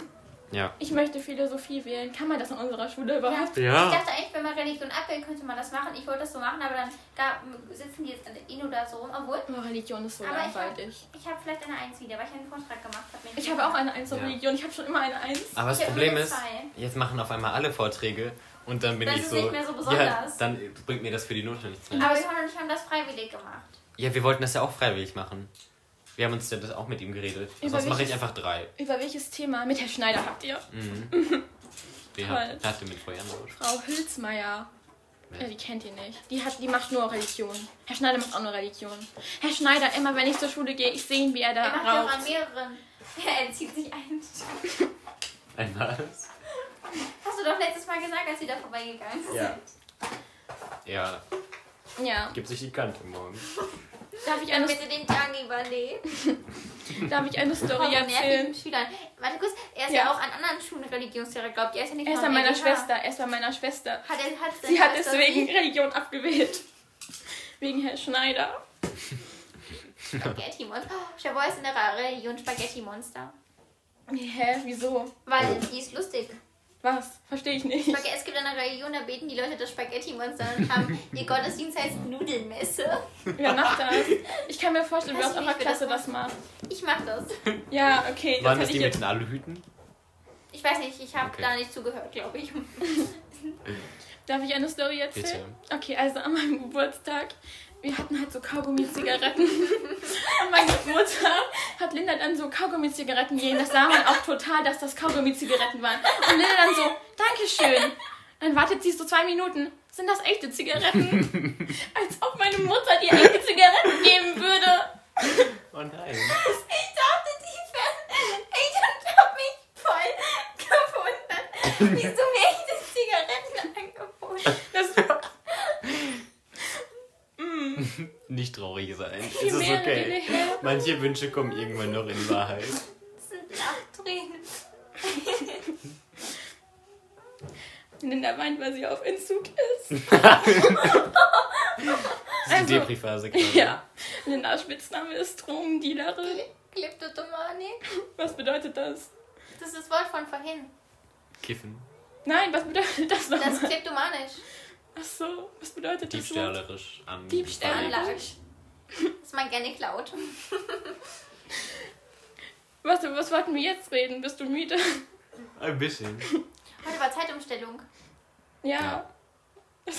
S1: Ja.
S3: ich möchte Philosophie wählen. Kann man das in unserer Schule überhaupt?
S2: Ich dachte eigentlich, wenn man Religion abwählt, könnte man das machen. Ich wollte das so machen, aber dann da sitzen die jetzt in der Inu da so rum. Obwohl,
S3: Oh, Religion ist so
S2: Aber ich hab-
S3: langweilig.
S2: ich habe vielleicht eine Eins wieder, weil ich einen Vortrag gemacht habe.
S3: Ich habe auch eine Eins zur
S1: Ja.
S3: Religion. Ich habe schon immer eine Eins.
S1: Aber das
S2: Ich hab
S1: Problem
S2: nur
S1: ist,
S2: zwei.
S1: jetzt machen auf einmal alle Vorträge und dann bin
S2: Das
S1: ich
S2: ist
S1: so.
S2: nicht mehr so
S1: ja,
S2: besonders.
S1: dann bringt mir das für die Note nichts mehr.
S2: Aber wir haben noch nicht haben das freiwillig gemacht.
S1: Ja, wir wollten das ja auch freiwillig machen. Wir haben uns ja das auch mit ihm geredet.
S3: Über
S1: Sonst mache ich
S3: welches-
S1: einfach drei.
S3: Über welches Thema? Mit Herr Schneider habt ihr.
S1: Wir
S3: Toll.
S1: hatten hatte mit vorher noch gesprochen.
S3: Frau Hülsmeier.
S1: Wer?
S3: Ja, die kennt ihr nicht. Die, hat, die macht nur Religion. Herr Schneider macht auch nur Religion. Herr Schneider, immer wenn ich zur Schule gehe, ich sehe ihn, wie er da
S2: Er macht ja auch an
S3: raucht.
S2: mehreren. [laughs] Er entzieht sich ein.
S1: Einmal.
S2: Hast du doch letztes Mal gesagt, als sie da vorbeigegangen sind.
S1: Ja. Ja,
S3: Ja.
S1: gibt sich die Kante morgen.
S3: Darf ich, eine,
S2: Damit sie den Tag überlebt.
S3: darf ich eine Story erzählen?
S2: Schülern. Warte kurz, er ist ja,
S3: Ja.
S2: auch an anderen Schulen Religionslehrer, glaubt ihr? Er ist ja nicht
S3: Er ist
S2: nur
S3: bei
S2: am
S3: meiner
S2: LDH.
S3: Schwester. Er ist bei meiner Schwester.
S2: Hat er, hat
S3: Sie hat
S2: das
S3: deswegen Religion abgewählt. Wegen Herr Schneider.
S2: Spaghetti Monster. Oh, Schaboy ist in der Religion Spaghetti Monster.
S3: Hä, wieso?
S2: Weil
S1: Oh.
S2: die ist lustig.
S3: Was? Verstehe ich nicht.
S2: Spag- Es gibt eine Religion, da beten die Leute das Spaghetti Monster und
S1: [laughs]
S2: haben ihr Gottesdienst heißt Nudelmesse.
S3: Wer macht das? Ich kann mir vorstellen, wer
S2: Weiß
S3: aus
S2: ich
S3: eurer
S2: nicht, wer das
S3: Klasse das macht.
S2: Ich mach das.
S3: Ja, okay.
S1: Waren das
S3: hätte
S1: die
S3: ich
S1: mit
S3: jetzt.
S1: den Aluhüten?
S2: Ich weiß nicht, ich habe
S1: Okay.
S2: da nicht zugehört, glaube ich. [laughs]
S3: Darf ich eine Story erzählen? Okay, also an meinem Geburtstag, wir hatten halt so Kaugummi-Zigaretten. Und meine Mutter hat Linda dann so Kaugummi-Zigaretten gegeben. Das sah man auch total, dass das Kaugummi-Zigaretten waren. Und Linda dann so, Dankeschön. Dann wartet sie so zwei Minuten. Sind das echte Zigaretten?
S1: [laughs]
S3: Als ob meine Mutter dir echte Zigaretten geben würde.
S1: Oh nein.
S2: Ich dachte, die wären. Ich hab mich voll gewundert, wieso mir echte Zigaretten angeboten
S3: Das,
S1: Nicht traurig sein. Es
S3: die
S1: ist
S3: Meere,
S1: okay.
S3: die Meere.
S1: Manche Wünsche kommen irgendwann noch in Wahrheit.
S2: sind. Abdrehen.
S3: Linda weint, weil sie auf Entzug ist.
S1: Das ist die Depri-Phase gerade.
S3: Also, Ja, Lindas Spitzname ist Drogendealerin.
S2: Kleptotomanie.
S3: Was bedeutet das?
S2: Das ist das Wort von vorhin.
S1: Kiffen.
S3: Nein, was bedeutet das
S2: Das ist
S3: nochmal?
S2: kleptomanisch.
S3: Ach so, was bedeutet das? Wort?
S1: Diebstählerisch an.
S3: Diebstählerisch.
S2: Anlagisch. Dass man gerne klaut.
S3: Was, was wollten wir jetzt reden? Bist du müde?
S1: Ein bisschen.
S2: Heute war Zeitumstellung.
S3: Ja.
S1: Ja.
S3: [laughs]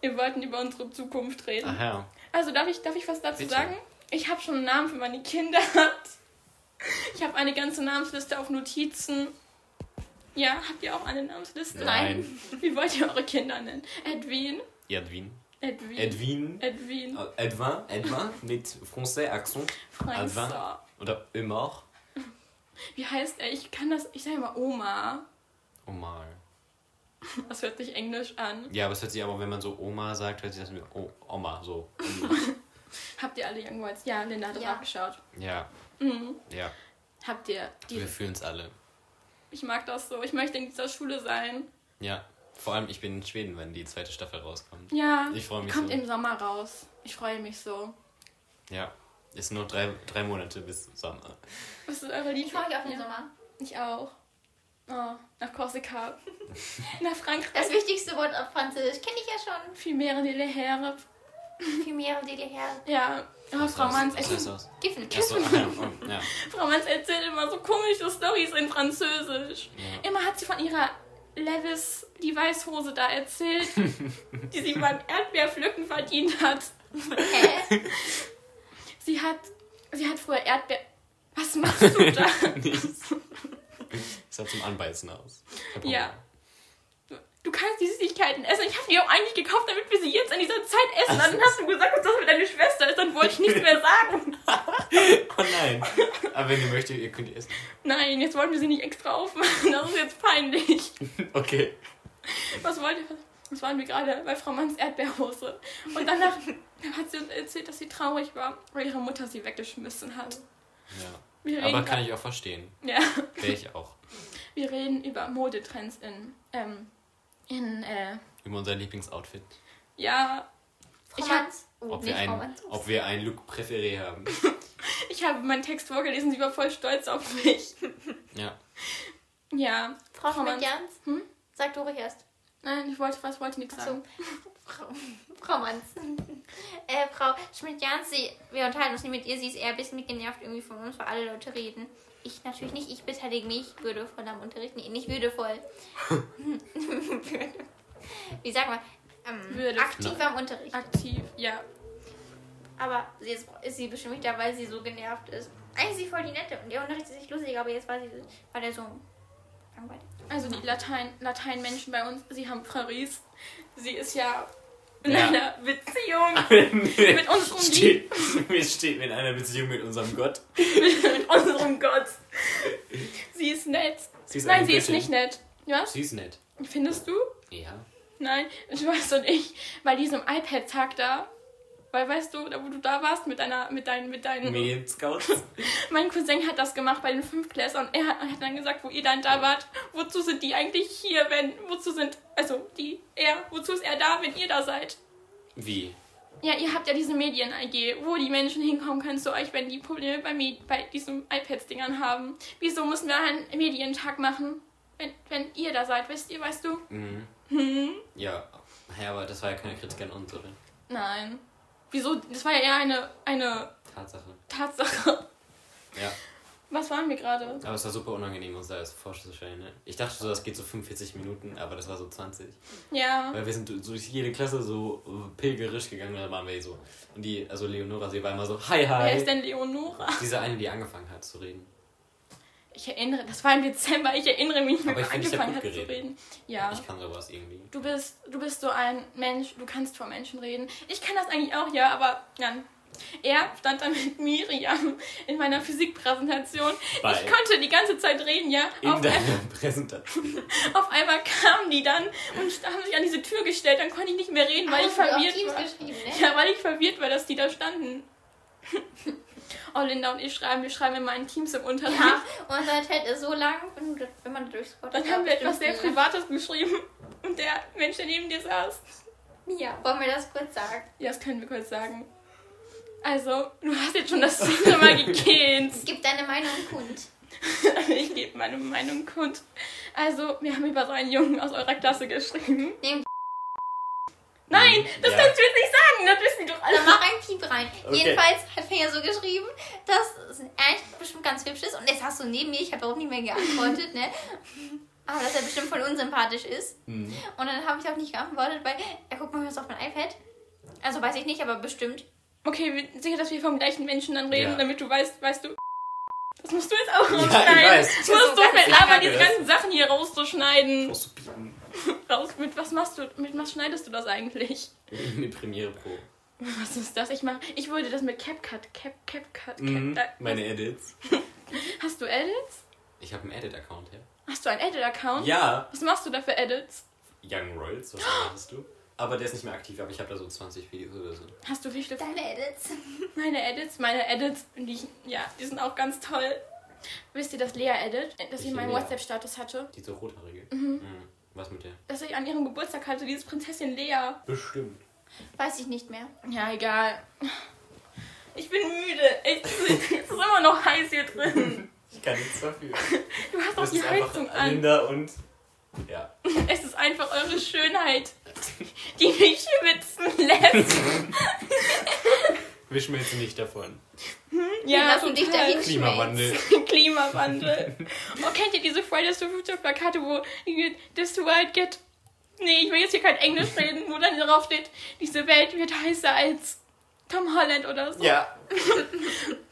S3: wir wollten über unsere Zukunft reden.
S1: Ach ja.
S3: Also darf ich, darf ich was dazu
S1: Ah. Bitte.
S3: sagen? Ich habe schon einen Namen für meine Kinder. Ich habe eine ganze Namensliste auf Notizen. Ja, habt ihr auch eine Namensliste?
S1: Nein.
S3: Wie wollt ihr eure Kinder nennen? Edwin?
S1: Edwin.
S3: Edwin?
S1: Edwin.
S3: Edwin.
S1: Äh, Edwin. Edwin mit Français Accent.
S3: Franza.
S1: Oder Ömer.
S3: Wie heißt er? Ich kann das, ich sage immer Oma.
S1: Omar.
S3: Das hört sich englisch an.
S1: Ja, aber es hört sich aber, wenn man so Oma sagt, hört sich das mit o Oma so.
S3: Habt ihr alle Young Ones? Ja, Linda hat
S2: Ja.
S3: ja. abgeschaut.
S1: Ja,
S3: Mhm.
S1: ja.
S3: Habt ihr
S1: Wir
S3: die?
S1: fühlen es alle.
S3: Ich mag das so. Ich möchte in dieser Schule sein.
S1: Ja. Vor allem, ich bin in Schweden, wenn die zweite Staffel rauskommt.
S3: Ja.
S1: Ich freu mich
S3: Kommt
S1: so.
S3: im Sommer raus. Ich freue mich so.
S1: Ja. Ist nur drei, drei Monate bis Sommer.
S3: Was ist eure Lieblings?
S2: Ich freue mich auf den
S3: Ja.
S2: Sommer.
S3: Ich auch. Oh, nach Korsika. [laughs] nach Frankreich.
S2: Das wichtigste Wort auf Französisch kenne ich ja schon.
S3: Viel mehr die Lehere.
S2: Primäre DDR.
S3: Ja. Oh, Frau Manns,
S1: Was
S3: echt,
S1: ist das?
S2: Giffen.
S1: Achso, [laughs] ja.
S3: Frau Manns erzählt immer so komische Stories in Französisch.
S1: ja.
S3: Immer hat sie von ihrer Levis die Weißhose da erzählt, die sie beim Erdbeerpflücken verdient hat.
S2: Hä?
S3: Sie hat, sie hat früher Erdbeer. Was machst du da?
S1: Nichts. Es sah zum Anbeißen aus. Herr Pommer.
S3: Ja. Du kannst die Süßigkeiten essen. Ich habe die auch eigentlich gekauft, damit wir sie jetzt in dieser Zeit essen. Dann hast du gesagt, dass das mit deiner Schwester ist. Dann wollte ich nichts mehr sagen.
S1: Oh nein. Aber wenn ihr möchtet, ihr könnt ihr essen. [laughs]
S3: Nein, jetzt wollten wir sie nicht extra aufmachen. Das ist jetzt peinlich.
S1: Okay.
S3: Was wollt ihr? Das waren wir gerade bei Frau Manns Erdbeerhose. Und danach [laughs] hat sie uns erzählt, dass sie traurig war, weil ihre Mutter sie weggeschmissen hat.
S1: Ja.
S3: Wir reden,
S1: Aber kann ich auch verstehen.
S3: ja,
S1: Wäre ich auch.
S3: wir reden über Modetrends in, ähm, in, äh,
S1: Über unser Lieblingsoutfit.
S3: ja.
S2: Frau
S3: Ich, hab,
S2: Manns.
S1: Ob
S2: Oh, nicht
S1: wir,
S2: Frau
S1: ein,
S2: Manns.
S1: ob wir ein Look Präféré haben.
S3: ich habe meinen Text vorgelesen, sie war voll stolz auf mich.
S1: Ja.
S3: Ja.
S2: Frau
S3: Frau Manns.
S2: Schmidt-Jans?
S3: Hm?
S2: Sag du ruhig erst.
S3: Nein, ich wollte was, wollte nichts
S2: Achso.
S3: sagen.
S2: [laughs] Frau,
S3: [laughs]
S2: Frau Manns. äh, Frau Schmidt-Jans, sie- wir unterhalten uns nicht mit ihr. Sie ist eher ein bisschen genervt irgendwie von uns, weil alle Leute reden. Ich natürlich nicht. Ich beteilige mich würdevoll am Unterricht. Nee,
S3: [laughs]
S2: nicht würdevoll. Wie sagt man? Ähm,
S3: Würdevoll.
S2: aktiv am Unterricht.
S3: Aktiv, ja.
S2: Aber sie ist, ist sie bestimmt nicht da, weil sie so genervt ist. Eigentlich ist sie voll die Nette und der Unterricht ist nicht lustig, aber jetzt war, sie, war der so langweilig.
S3: Also die Latein, Lateinmenschen bei uns, sie haben Paris. Sie ist ja in
S1: Ja.
S3: einer Beziehung
S1: mit [laughs]
S3: mit unserem Lieb,
S1: steht, [laughs] wir stehen in einer Beziehung mit unserem Gott.
S3: [laughs] mit unserem Gott. Sie ist nett.
S1: Sie ist
S3: Nein,
S1: eine
S3: sie ist
S1: Göttin.
S3: nicht nett. Was?
S1: Sie ist nett.
S3: Findest du?
S1: Ja.
S3: Nein, Schwester und ich bei diesem iPad-Tag da. Weil weißt du, da wo du da warst mit deiner, mit deinen, mit deinen.
S1: Medien-Scouts.
S3: Mein Cousin hat das gemacht bei den Fünftklässlern und er hat, hat dann gesagt, wo ihr dann da wart, wozu sind die eigentlich hier, wenn, wozu sind, also die, er, wozu ist er da, wenn ihr da seid?
S1: Wie?
S3: Ja, ihr habt ja diese Medien-AG, wo die Menschen hinkommen können zu euch, wenn die Probleme bei, Med bei diesen iPads-Dingern haben. Wieso müssen wir einen Medientag machen, wenn, wenn ihr da seid, wisst ihr, weißt du?
S1: Mhm. Ja. Ja, aber das war ja keine Kritik an uns, oder?
S3: Nein. Wieso, das war ja eher eine, eine
S1: Tatsache.
S3: Tatsache.
S1: Ja.
S3: Was waren wir gerade?
S1: Aber es war super unangenehm, uns da als vorzustellen, ne? Ich dachte so, das geht so 45 Minuten, aber das war so 20.
S3: Ja.
S1: Weil wir sind so durch jede Klasse so äh, pilgerisch gegangen, da waren wir eh so. Und die, also Leonora, sie war immer so, hi,
S3: Wer ist
S1: hi.
S3: denn Leonora?
S1: Diese eine, die angefangen hat zu reden.
S3: Ich erinnere, das war im Dezember, ich erinnere mich, wie
S1: Aber ich
S3: wir
S1: finde, ich hab
S3: angefangen hat
S1: gut
S3: zu
S1: geredet.
S3: reden. Ja.
S1: Ich kann sowas irgendwie.
S3: Du bist, du bist so ein Mensch, du kannst vor Menschen reden. Ich kann das eigentlich auch, ja, aber nein. Er stand dann mit Miriam in meiner Physikpräsentation.
S1: Bei-
S3: Ich konnte die ganze Zeit reden, ja.
S1: In
S3: Auf,
S1: deiner [laughs] Präsentation.
S3: ein- auf einmal kamen die dann und haben sich an diese Tür gestellt. Dann konnte ich nicht mehr reden, weil ich
S2: Hast du auf
S3: verwirrt
S2: Teams
S3: war.
S2: geschrieben, ne?
S3: Ja, weil ich verwirrt war, dass die da standen. [laughs] Oh, Linda und ich schreiben, wir schreiben immer in Teams im Unterricht.
S2: Ja, und unser Chat ist so lang, wenn, du- wenn man da durchscrollt.
S3: Dann
S2: ist
S3: haben wir
S2: bestimmt
S3: etwas sehr
S2: lang.
S3: Privates geschrieben und der Mensch, der neben dir saß.
S2: Ja, wollen wir das kurz sagen?
S3: Ja, das können wir kurz sagen. Also, du hast jetzt schon das zehnte Mal gekehnt.
S1: [laughs]
S2: Gib deine Meinung kund.
S3: Ich gebe meine Meinung kund. Also, wir haben über so einen Jungen aus eurer Klasse geschrieben.
S2: Nehm-
S3: Nein, das
S1: Ja.
S3: kannst du jetzt nicht sagen, das wissen die doch alle.
S2: Dann Also mach ein Piep rein.
S1: Okay.
S2: Jedenfalls hat Finja so geschrieben, dass es eigentlich bestimmt ganz hübsch ist. Und jetzt hast du neben mir, ich habe überhaupt nicht mehr geantwortet, ne? Aber dass er bestimmt voll unsympathisch ist.
S1: Mhm.
S2: Und dann habe ich auch nicht geantwortet, weil er guckt mal jetzt auf mein iPad. Also weiß ich nicht, aber bestimmt.
S3: Okay, wir- sicher, dass wir vom gleichen Menschen dann reden,
S1: Ja.
S3: damit du weißt, weißt du. Das musst du jetzt auch
S1: Ja, ich
S3: rausschneiden.
S1: weiß.
S3: Du hast so viel mal diese ganzen Sachen hier rauszuschneiden.
S1: Auszubieten.
S3: Raus, mit was machst du, mit was schneidest du das eigentlich?
S1: Mit Premiere Pro.
S3: Was ist das? Ich mach, ich würde das mit CapCut, Cap, CapCut, Cap,
S1: Mhm.
S3: da-
S1: Meine Edits.
S3: Hast du Edits?
S1: Ich habe einen Edit-Account, ja.
S3: Hast du einen Edit-Account?
S1: Ja,
S3: Was machst du da für Edits?
S1: Young Royals, was meinst du? Aber der ist nicht mehr aktiv, aber ich habe da so 20 Videos oder so.
S3: Hast du wie viele?
S2: Deine Edits.
S3: Meine Edits, meine Edits, die, ja, die sind auch ganz toll. Wisst ihr, dass Lea edit, dass ich
S1: Welche
S3: meinen
S1: Lea?
S3: WhatsApp-Status hatte?
S1: Diese rothaarige. Mhm. Was mit der?
S3: Dass ich an ihrem Geburtstag hatte, dieses Prinzessin Lea.
S1: Bestimmt.
S2: Weiß ich nicht mehr.
S3: Ja, egal. Ich bin müde. Ich, es ist immer noch heiß hier drin.
S1: Ich kann nichts dafür.
S3: Du hast doch
S1: Das
S3: Oh, die
S1: ist
S3: Heizung
S1: einfach
S3: an.
S1: Linda und. Ja.
S3: Es ist einfach eure Schönheit, die mich schwitzen lässt.
S1: Wischen wir jetzt nicht davon.
S2: Wir lassen dich
S3: total.
S2: dahin
S1: Klimawandel.
S3: Klimawandel. [laughs] Oh, kennt ihr diese Fridays for Future Plakate, wo this world get... Nee, ich will jetzt hier kein Englisch reden, wo dann drauf steht, diese Welt wird heißer als Tom Holland oder so.
S1: Ja.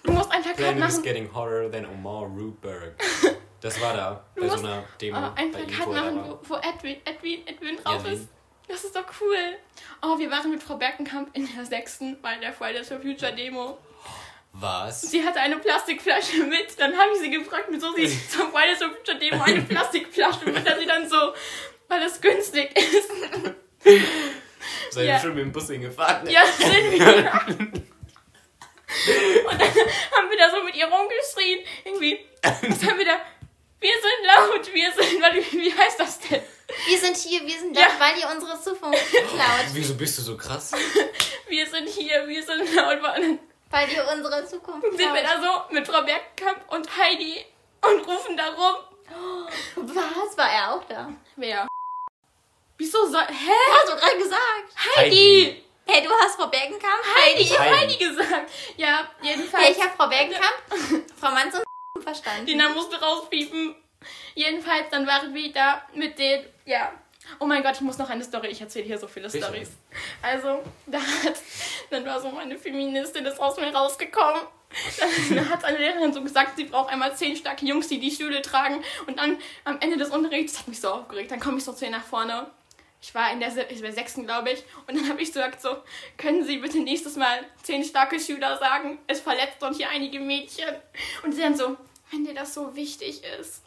S3: Du musst ein Plakat
S1: Planet is
S3: machen.
S1: getting hotter than Omar
S3: [laughs]
S1: Rudberg. Das war da.
S3: Du
S1: Bei so
S3: musst-
S1: einer Demo.
S3: Oh, ein
S1: bei ihm
S3: Plakat
S1: vorher
S3: machen,
S1: war.
S3: wo, wo Edwin, Edwin, Edwin drauf
S1: Edwin.
S3: ist. Das ist doch cool. Oh, wir waren mit Frau Berkenkamp in der sechsten bei der Fridays for Future Demo.
S1: Was?
S3: Sie hatte eine Plastikflasche mit. Dann habe ich sie gefragt, wieso sie zum Fridays for Future Demo eine Plastikflasche mit. Dann sie dann so, weil das günstig ist. [laughs]
S1: Seid ihr
S3: Ja.
S1: schon mit dem Bus hingefahren?
S3: Ja, sind wir. Und dann haben wir da so mit ihr rumgeschrien. Irgendwie, was haben wir da? Wir sind laut, wir sind, warte, wie heißt das denn?
S2: Wir sind hier, wir sind da,
S3: Ja.
S2: weil ihr unsere
S3: [laughs]
S2: Zukunft klaut.
S1: Wieso bist du so krass?
S3: Wir sind hier, wir sind laut. Und dann
S2: Weil ihr unsere Zukunft
S3: sind wir
S2: klaut.
S3: da so mit Frau Bergkamp und Heidi und rufen da rum.
S2: Was? War er auch da?
S3: Wer? Wieso soll. Hä?
S2: Hast du gerade gesagt?
S3: Heidi!
S2: Hey, du hast Frau Bergenkamp?
S3: Heidi, ich habe
S1: Heidi.
S3: Heidi gesagt. Ja,
S2: Ja,
S3: jedenfalls.
S2: ich habe Frau Bergenkamp, Frau Manz und [laughs] verstanden.
S3: Dina musste rauspiepen. Jedenfalls, dann waren wir da mit den. Ja. Oh mein Gott, ich muss noch eine Story. Ich erzähle hier so viele
S1: Sicher.
S3: Stories. Also, da hat, dann war so meine Feministin, ist aus mir rausgekommen. Dann hat eine Lehrerin so gesagt, sie braucht einmal zehn starke Jungs, die die Stühle tragen. Und dann am Ende des Unterrichts, das hat mich so aufgeregt, dann komme ich so zu ihr nach vorne. Ich war in der, Se- ich war sechsten, glaube ich. Und dann habe ich so gesagt, so, können Sie bitte nächstes Mal zehn starke Schüler sagen? Es verletzt uns hier einige Mädchen. Und sie dann so, wenn dir das so wichtig ist.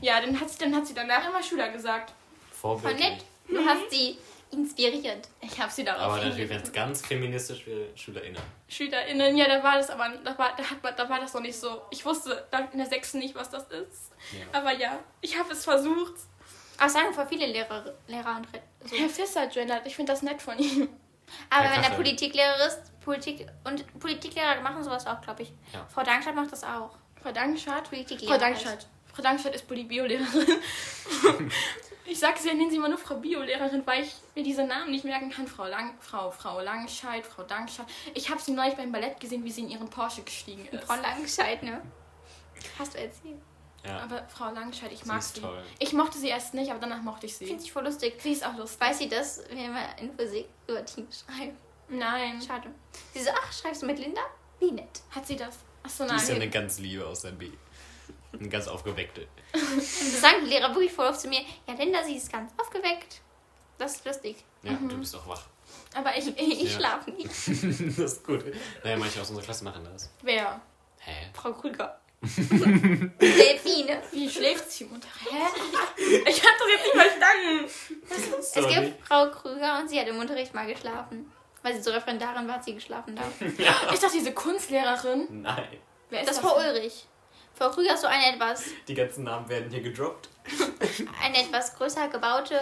S3: Ja, dann hat sie, dann hat sie danach immer Schüler gesagt.
S2: Voll
S1: Vorbildlich.
S2: nett. Du hast sie inspiriert.
S3: Ich habe sie darauf
S1: Aber natürlich,
S3: hingewiesen.
S1: wenn es ganz feministisch wäre, SchülerInnen.
S3: SchülerInnen, ja, da war das aber, da war, da, hat, man- da war das noch nicht so. Ich wusste da in der sechsten nicht, was das ist.
S1: Ja.
S3: Aber ja, ich habe es versucht.
S2: Auch sagen vor viele Lehrer, Lehrer und Re- so.
S3: Herr Fisser gendert, ich finde das nett von ihm.
S2: Aber
S1: Ja,
S2: wenn
S1: klasse.
S2: der Politiklehrer ist, Politik und Politiklehrer machen sowas auch, glaube ich.
S1: Ja.
S2: Frau Dankstadt macht das auch.
S3: [laughs] Frau Dankenschardt?
S2: Politiklehrer.
S3: Frau Dankenschardt. Frau Dankenschardt ist Bio-Lehrerin. [laughs] ich sage sie, nennen sie immer nur Frau Bio-Lehrerin, weil ich mir diese Namen nicht merken kann. Frau Lang, Frau, Frau Langscheid, Frau Dankenschardt. Ich habe sie neulich beim Ballett gesehen, wie sie in ihren Porsche gestiegen ist.
S2: Frau Langenscheid, ne? Hast du erzählt?
S1: ja.
S3: aber Frau Langscheid, ich mag
S1: ist
S3: sie.
S1: toll.
S3: Ich mochte sie erst nicht, aber danach mochte ich sie.
S2: Finde ich voll lustig.
S3: Sie ist auch lustig.
S2: Weiß sie das, wenn wir in Physik über Teams schreiben?
S3: Nein.
S2: Schade. Sie so, ach, schreibst du mit Linda? Wie nett.
S3: Hat sie das? Achso,
S1: Die
S3: nein.
S1: ist ja eine ganz liebe aus der B. Eine ganz aufgeweckte.
S2: Das sagen die Lehrer wirklich voll oft zu mir. Ja, Linda, sie ist ganz aufgeweckt. Das ist lustig.
S1: Ja,
S3: Mhm.
S1: du bist auch wach. [laughs]
S3: Aber ich, ich,
S2: Ich
S1: Ja.
S2: schlafe nicht. [laughs]
S1: das ist gut. Naja, manche aus unserer Klasse machen das.
S3: Wer?
S1: Hä?
S2: Frau Krüger. Delfine.
S3: Wie schläft sie im
S2: [laughs]
S3: Unterricht? Hä? Ich hab das jetzt nicht verstanden.
S2: Es
S1: Sorry.
S2: gibt Frau Krüger und sie hat im Unterricht mal geschlafen. Weil sie zur Referendarin war, hat sie
S3: [laughs]
S2: geschlafen da.
S3: Ist das diese Kunstlehrerin?
S1: Nein.
S3: Wer ist
S2: Das
S3: das?
S2: ist Frau Ulrich. Frau Krüger ist so eine etwas,
S1: Die ganzen Namen werden hier gedroppt.
S2: eine etwas
S3: [laughs]
S2: größer gebaute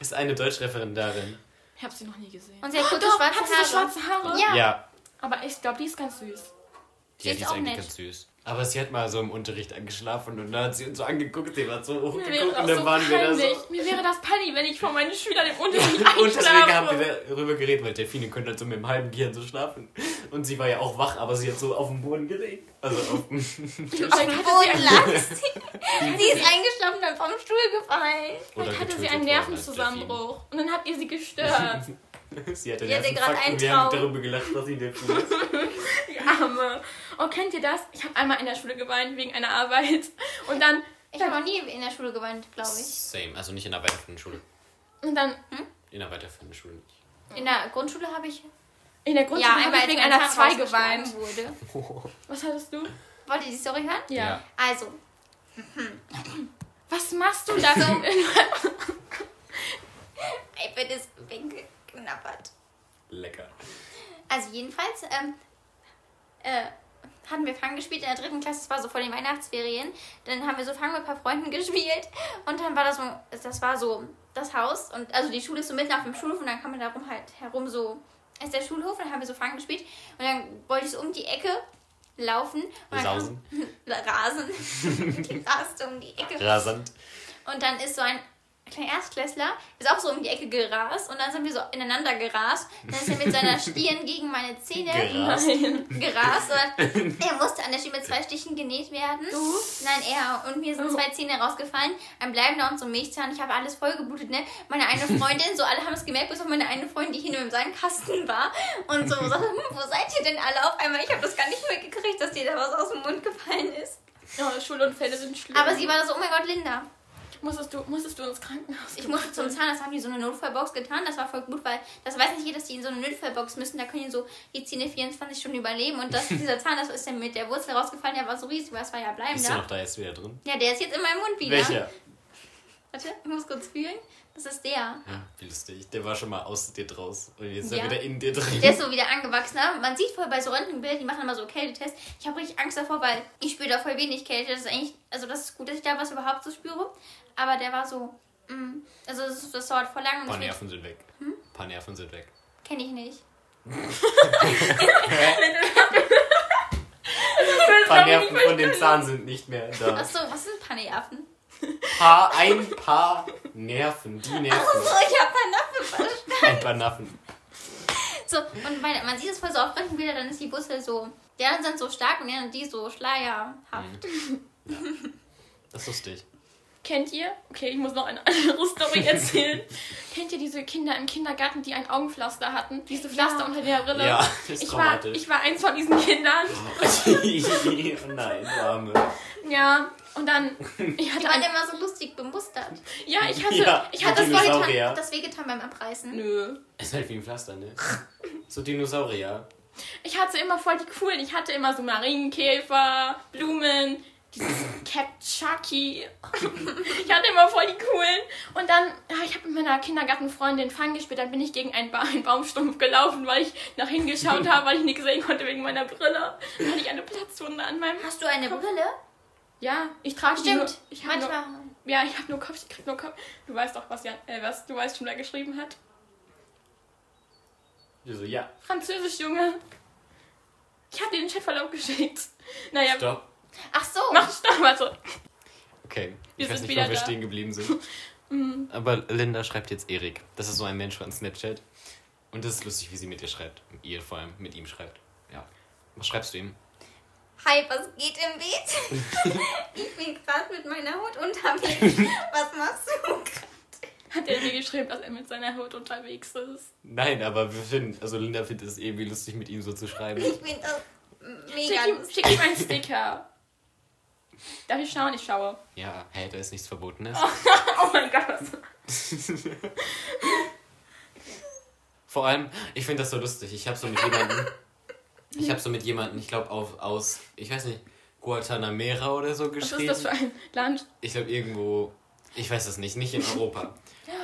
S1: Ist eine Deutschreferendarin.
S3: ich hab sie noch nie gesehen. Ah,
S2: und sie hat kurze
S3: Doch,
S2: schwarze
S3: hat sie
S2: Haare.
S3: so schwarze Haare?
S2: Ja.
S3: Aber ich glaube, die ist ganz süß.
S1: Ja, die
S2: ist
S1: ist
S2: auch
S1: eigentlich
S2: nett.
S1: ganz süß. Aber sie hat mal so im Unterricht angeschlafen und dann hat sie uns so angeguckt, sie hat so
S3: Mir
S1: hochgeguckt
S3: wäre
S1: und
S3: das
S1: dann
S3: so
S1: waren wir da
S3: peinlich.
S1: so.
S3: Mir wäre das peinlich, wenn ich vor meinen Schülern im Unterricht
S1: Und deswegen haben
S3: einschlafe.
S1: wir darüber geredet, weil Delfine können halt so mit dem halben Gehirn so schlafen. Und sie war ja auch wach, aber sie hat so auf dem Boden gelegt. Also auf
S3: Aber
S1: dem
S3: ich hatte sie
S2: Boden
S3: [laughs] einen-
S2: lag sie. sie ist eingeschlafen und vom Stuhl gefallen.
S3: Ich hatte sie einen
S1: getötet worden als Delfin.
S3: Nervenzusammenbruch und dann habt ihr sie gestört.
S1: Sie hatte
S2: Die hatte
S1: den
S2: grad
S1: gerade
S2: einen
S1: einen Wir haben
S2: Traum.
S1: darüber gelacht, was sie in der Schule ist.
S3: Die Arme. Oh, kennt ihr das? Ich habe einmal in der Schule geweint wegen einer Arbeit. Und dann,
S2: Ich habe noch nie in der Schule geweint, glaube ich.
S1: Same, also nicht in der weiterführenden Schule.
S3: und dann
S1: In der weiterführenden Schule nicht.
S2: In der Grundschule habe ich
S3: in der Grundschule hab ich
S2: als
S3: wegen
S2: mein
S3: einer
S2: Zahn
S3: 2
S2: rausgeschlagen
S3: geweint.
S2: Wurde.
S3: Was hattest du?
S2: Wollt ihr die Story hören?
S1: Ja.
S2: Also,
S3: Was machst du
S2: [laughs]
S3: da so?
S2: ich bin es weggeknappert.
S1: Lecker.
S2: Also jedenfalls ähm, äh, hatten wir Fang gespielt in der dritten Klasse, das war so vor den Weihnachtsferien. Dann haben wir so Fang mit ein paar Freunden [laughs] gespielt und dann war das so, das war so das Haus und also die Schule ist so mitten auf dem Schulhof und dann kann man darum halt herum so ist der Schulhof und dann haben wir so Fang gespielt und dann wollte ich so um die Ecke laufen und dann kam-
S1: Sausen.
S2: rasen [laughs] gerast um die Ecke
S1: Rasant.
S2: und dann ist so ein kleiner Erstklässler, ist auch so um die Ecke gerast und dann sind wir so ineinander gerast. Dann ist er mit seiner Stirn gegen meine Zähne
S1: Gerast.
S3: Nein.
S2: [laughs] gerast und er musste an der Stirn mit zwei Stichen genäht werden.
S3: Du?
S2: Nein, er. Und mir sind zwei Zähne rausgefallen, ein bleibender und so ein Milchzahn. Ich habe alles voll geblutet, ne? Meine eine Freundin, so alle haben es gemerkt, bis auf meine eine Freundin, die hinter mir im Sandkasten war und so sagte, hm, wo seid ihr denn alle auf einmal? Ich habe das gar nicht mitgekriegt, dass dir da was aus dem Mund gefallen ist.
S3: Oh, Schulunfälle sind schlimm.
S2: Aber sie war so, oh mein Gott, Linda.
S3: musstest du, musstest du ins Krankenhaus?
S2: Ich musste zum Zahnarzt, haben die so eine Notfallbox getan. Das war voll gut, weil das weiß nicht jeder, dass die in so eine Notfallbox müssen. Da können die so die Zähne 24 Stunden überleben. Und
S1: [laughs]
S2: das, dieser Zahnarzt ist dann mit der Wurzel rausgefallen. Der war so riesig, weil es war ja
S1: Ist der
S2: bleibender.
S1: noch da jetzt wieder drin?
S2: Ja, der ist jetzt in meinem Mund wieder.
S1: Welcher?
S2: Warte, ich muss kurz fühlen. Das ist der.
S1: Ja, wie lustig. Der war schon mal aus dir draus. Und jetzt ist
S2: Ja.
S1: er wieder in dir drin.
S2: Der ist so wieder angewachsen. aber Man sieht voll bei so Röntgenbildern, die machen immer so Kältetests. Ich habe richtig Angst davor, weil ich spüre da voll wenig Kälte. Das ist eigentlich, also das ist gut, dass ich da was überhaupt so spüre. Aber der war so, mm, also das, das dauert voll lange.
S1: Ein paar
S2: und
S1: Nerven sind weg. Ein paar Nerven sind weg.
S2: Kenne ich nicht.
S1: Ein paar Nerven von dem Zahn sind nicht mehr da.
S2: Achso, was sind Paneaffen?
S1: Paar, ein paar Nerven. Die
S2: [laughs] Achso,
S1: Nerven.
S2: ich habe Panaffe verstanden.
S1: Ein paar Nerven.
S2: So, und meine, man sieht es voll so auf Röntgenbildern, dann ist die Wurzel so. Die anderen sind so stark und die anderen- die so schleierhaft.
S1: Das ist lustig.
S3: Kennt ihr? Okay, ich muss noch eine [laughs] andere Story
S2: [laughs]
S3: erzählen. Kennt ihr diese Kinder im Kindergarten, die ein Augenpflaster hatten? Diese Pflaster
S2: Ja.
S3: unter der Brille?
S1: Ja, das ist
S3: ich war,
S1: traumatisch.
S3: ich war eins von diesen Kindern.
S1: oh [laughs] nein, du Arme.
S3: Ja, und
S1: [laughs]
S3: dann. Ich
S2: Die
S3: hatte
S2: waren
S3: ein,
S2: immer so lustig bemustert.
S3: ja, ich hatte.
S1: Ja.
S3: Ich
S2: Hat
S3: hatte.
S2: das wehgetan,
S1: Dinosaurier.
S2: hat das wehgetan beim Abreißen?
S3: Nö.
S1: Ist halt wie ein Pflaster, ne? So Dinosaurier.
S3: Ich hatte immer voll die coolen. Ich hatte immer so Marienkäfer, Blumen, [laughs] dieses Capchucky. Ich hatte immer voll die coolen. Und dann, ah, ich habe mit meiner Kindergartenfreundin Fang gespielt. Dann bin ich gegen einen, ba einen Baumstumpf gelaufen, weil ich nach hingeschaut habe, weil ich nichts sehen konnte wegen meiner Brille. Dann hatte ich eine Platzwunde an meinem.
S2: Hast du eine Brille?
S3: Ja, ich trage die
S2: Stimmt.
S3: Nur, ich hab nur,
S2: Manchmal.
S3: ja, ich habe nur Kopf. Ich krieg nur Kopf. Du weißt doch, was Jan, äh, was du weißt schon, wer geschrieben hat.
S1: Ich so, ja,
S3: Französisch, Junge. Ich habe dir den Chatverlauf geschickt. Naja,
S1: stopp.
S2: Ach so.
S3: mach stopp. Also,
S1: Okay,
S3: Wir
S1: ich weiß
S3: sind
S1: nicht,
S3: wieder
S1: wo wir
S3: da. Mhm.
S1: stehen geblieben
S3: [laughs]
S1: sind. Aber Linda schreibt jetzt Erik. Das ist so ein Mensch von Snapchat. Und das ist lustig, wie sie mit ihr schreibt. Ihr vor allem, mit ihm schreibt. Ja. Was schreibst du ihm?
S2: Hi, was geht im Beet? [laughs] ich bin gerade mit meiner Haut [laughs] unterwegs. Was machst du?
S3: hat er mir geschrieben, dass er mit seiner Haut unterwegs ist.
S1: Nein, aber wir finden, also Linda findet es irgendwie lustig, mit ihm so
S3: [laughs]
S1: zu schreiben.
S2: Ich bin das
S3: Schick
S2: mega
S3: ihm,
S2: lustig.
S3: schick ihm einen Sticker. Darf ich schauen? Ich schaue. [laughs]
S1: Ja, hey, da ist nichts Verbotenes.
S3: Oh mein Gott.
S1: Vor allem, ich finde das so lustig. Ich habe so mit jemandem, ich habe so mit jemandem, ich glaube auf aus, ich weiß nicht, Guantanamera oder so
S3: Was
S1: geschrieben.
S3: ist das für ein Land?
S1: ich glaube irgendwo, ich weiß es nicht, nicht in
S3: [laughs]
S1: Europa.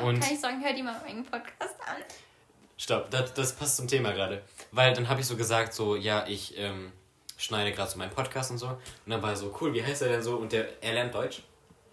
S1: Und
S2: Kann ich sagen, hör dir mal meinen Podcast an.
S1: Stopp, das, das passt zum Thema gerade. Weil dann habe ich so gesagt, so, ja, ich ähm, schneide gerade so meinen Podcast und so. Und dann war er so, cool, wie heißt er denn so? Und der, er lernt Deutsch.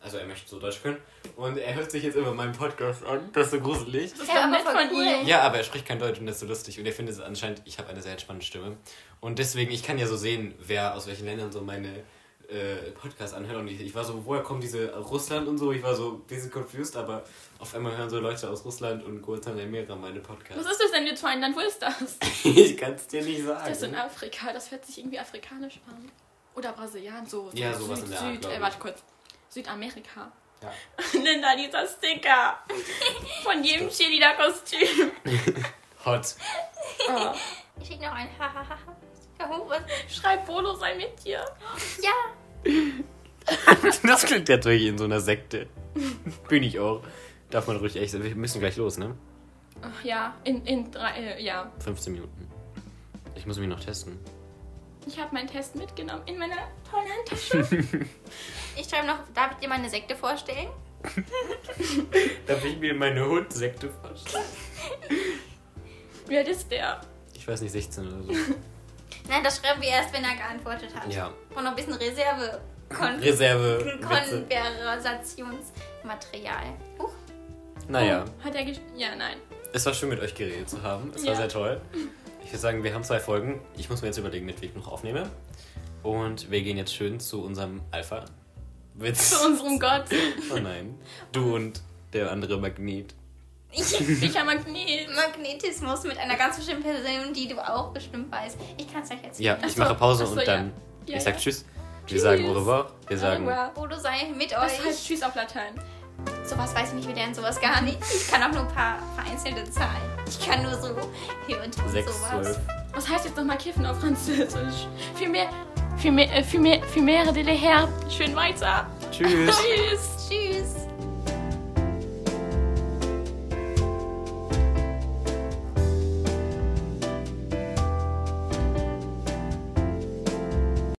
S1: Also er möchte so Deutsch können. Und er hört sich jetzt immer meinen Podcast an. Das ist so gruselig.
S3: Das ist
S2: Ja,
S3: ja,
S2: aber
S3: nett
S2: voll
S3: von
S2: cool.
S3: ihm.
S1: Ja, aber er spricht kein Deutsch und das ist so lustig. Und er findet es anscheinend, ich habe eine sehr entspannte Stimme. Und deswegen, ich kann ja so sehen, wer aus welchen Ländern so meine äh, Podcasts anhört. Und ich, ich war so, woher kommen diese aus Russland und so? Ich war so ein bisschen confused, aber auf einmal hören so Leute aus Russland und Guantanamera meine
S3: Was
S1: Podcasts.
S3: ist das denn jetzt für ein Land? Wo ist
S1: Also.
S3: das?
S1: ich kann es dir nicht sagen.
S3: Das ist in Afrika. Das hört sich irgendwie afrikanisch an. Oder Brasilian, so.
S1: Ja,
S3: Süd-
S1: sowas in der Art,
S3: Süd,
S1: glaub
S3: äh,
S1: ich.
S3: warte kurz. Südamerika. [laughs]
S1: Ja.
S3: Linda, dieser Sticker. Von jedem Cheerleader-Kostüm.
S1: Hot. [laughs]
S3: Ah.
S2: Ich schicke noch ein Hahaha.
S3: [laughs]
S2: was?
S3: Schreib Bolo sei mit dir.
S2: Ja,
S1: Das klingt natürlich in so
S3: [laughs]
S1: einer Sekte. Bin ich auch. Darf man ruhig echt. Wir müssen gleich los, ne?
S3: Ach ja, in, in drei, äh, ja.
S1: 15 Minuten. Ich muss mich noch testen.
S3: Ich habe meinen Test mitgenommen in meiner tollen Handtasche.
S2: ich schreibe noch, darf ich dir mal eine Sekte vorstellen?
S1: Darf ich mir meine Hund-Sekte vorstellen?
S3: Wie alt ist der?
S1: Ich weiß nicht, 16 oder so.
S3: [laughs]
S2: Nein, das schreiben wir erst, wenn er geantwortet hat.
S1: Ja.
S2: Und noch ein bisschen Reserve. Kon
S1: Reserve. Witze.
S2: Konversationsmaterial. Huch.
S1: Naja,
S3: Oh, Hat er gesch Ja, nein.
S1: es war schön mit euch geredet zu haben. Es
S3: Ja.
S1: war sehr toll. Ich würde sagen, wir haben zwei Folgen. Ich muss mir jetzt überlegen, mit wem ich noch aufnehme. Und wir gehen jetzt schön zu unserem Alpha. Witz.
S3: Zu unserem Gott.
S1: Oh nein. Du und der andere Magnet.
S3: Sicher Magnet.
S2: Magnetismus mit einer ganz bestimmten Person, die du auch bestimmt weißt. Ich kann es euch erzählen.
S1: Ja, ich
S3: Ach so,
S1: mache Pause
S3: ach so,
S1: und dann.
S3: Ja,
S1: ich sag
S3: ja.
S1: Tschüss. Wir sagen
S3: Tschüss.
S1: au revoir. Wir sagen.
S3: Au revoir.
S2: Bodo sei mit
S3: Das
S2: euch.
S3: heißt Tschüss auf Latein.
S2: Sowas weiß ich nicht wieder in sowas gar nicht. Ich kann auch nur ein paar vereinzelte Zahlen. Ich kann nur so hier und da
S1: sechs
S2: sowas.
S1: zwölf
S3: Was heißt jetzt nochmal Kiffen auf Französisch? Viel mehr, äh, viel mehr, viel mehr, viel mehr de leher. Schön weiter.
S1: Tschüss.
S3: Tschüss.
S2: Tschüss.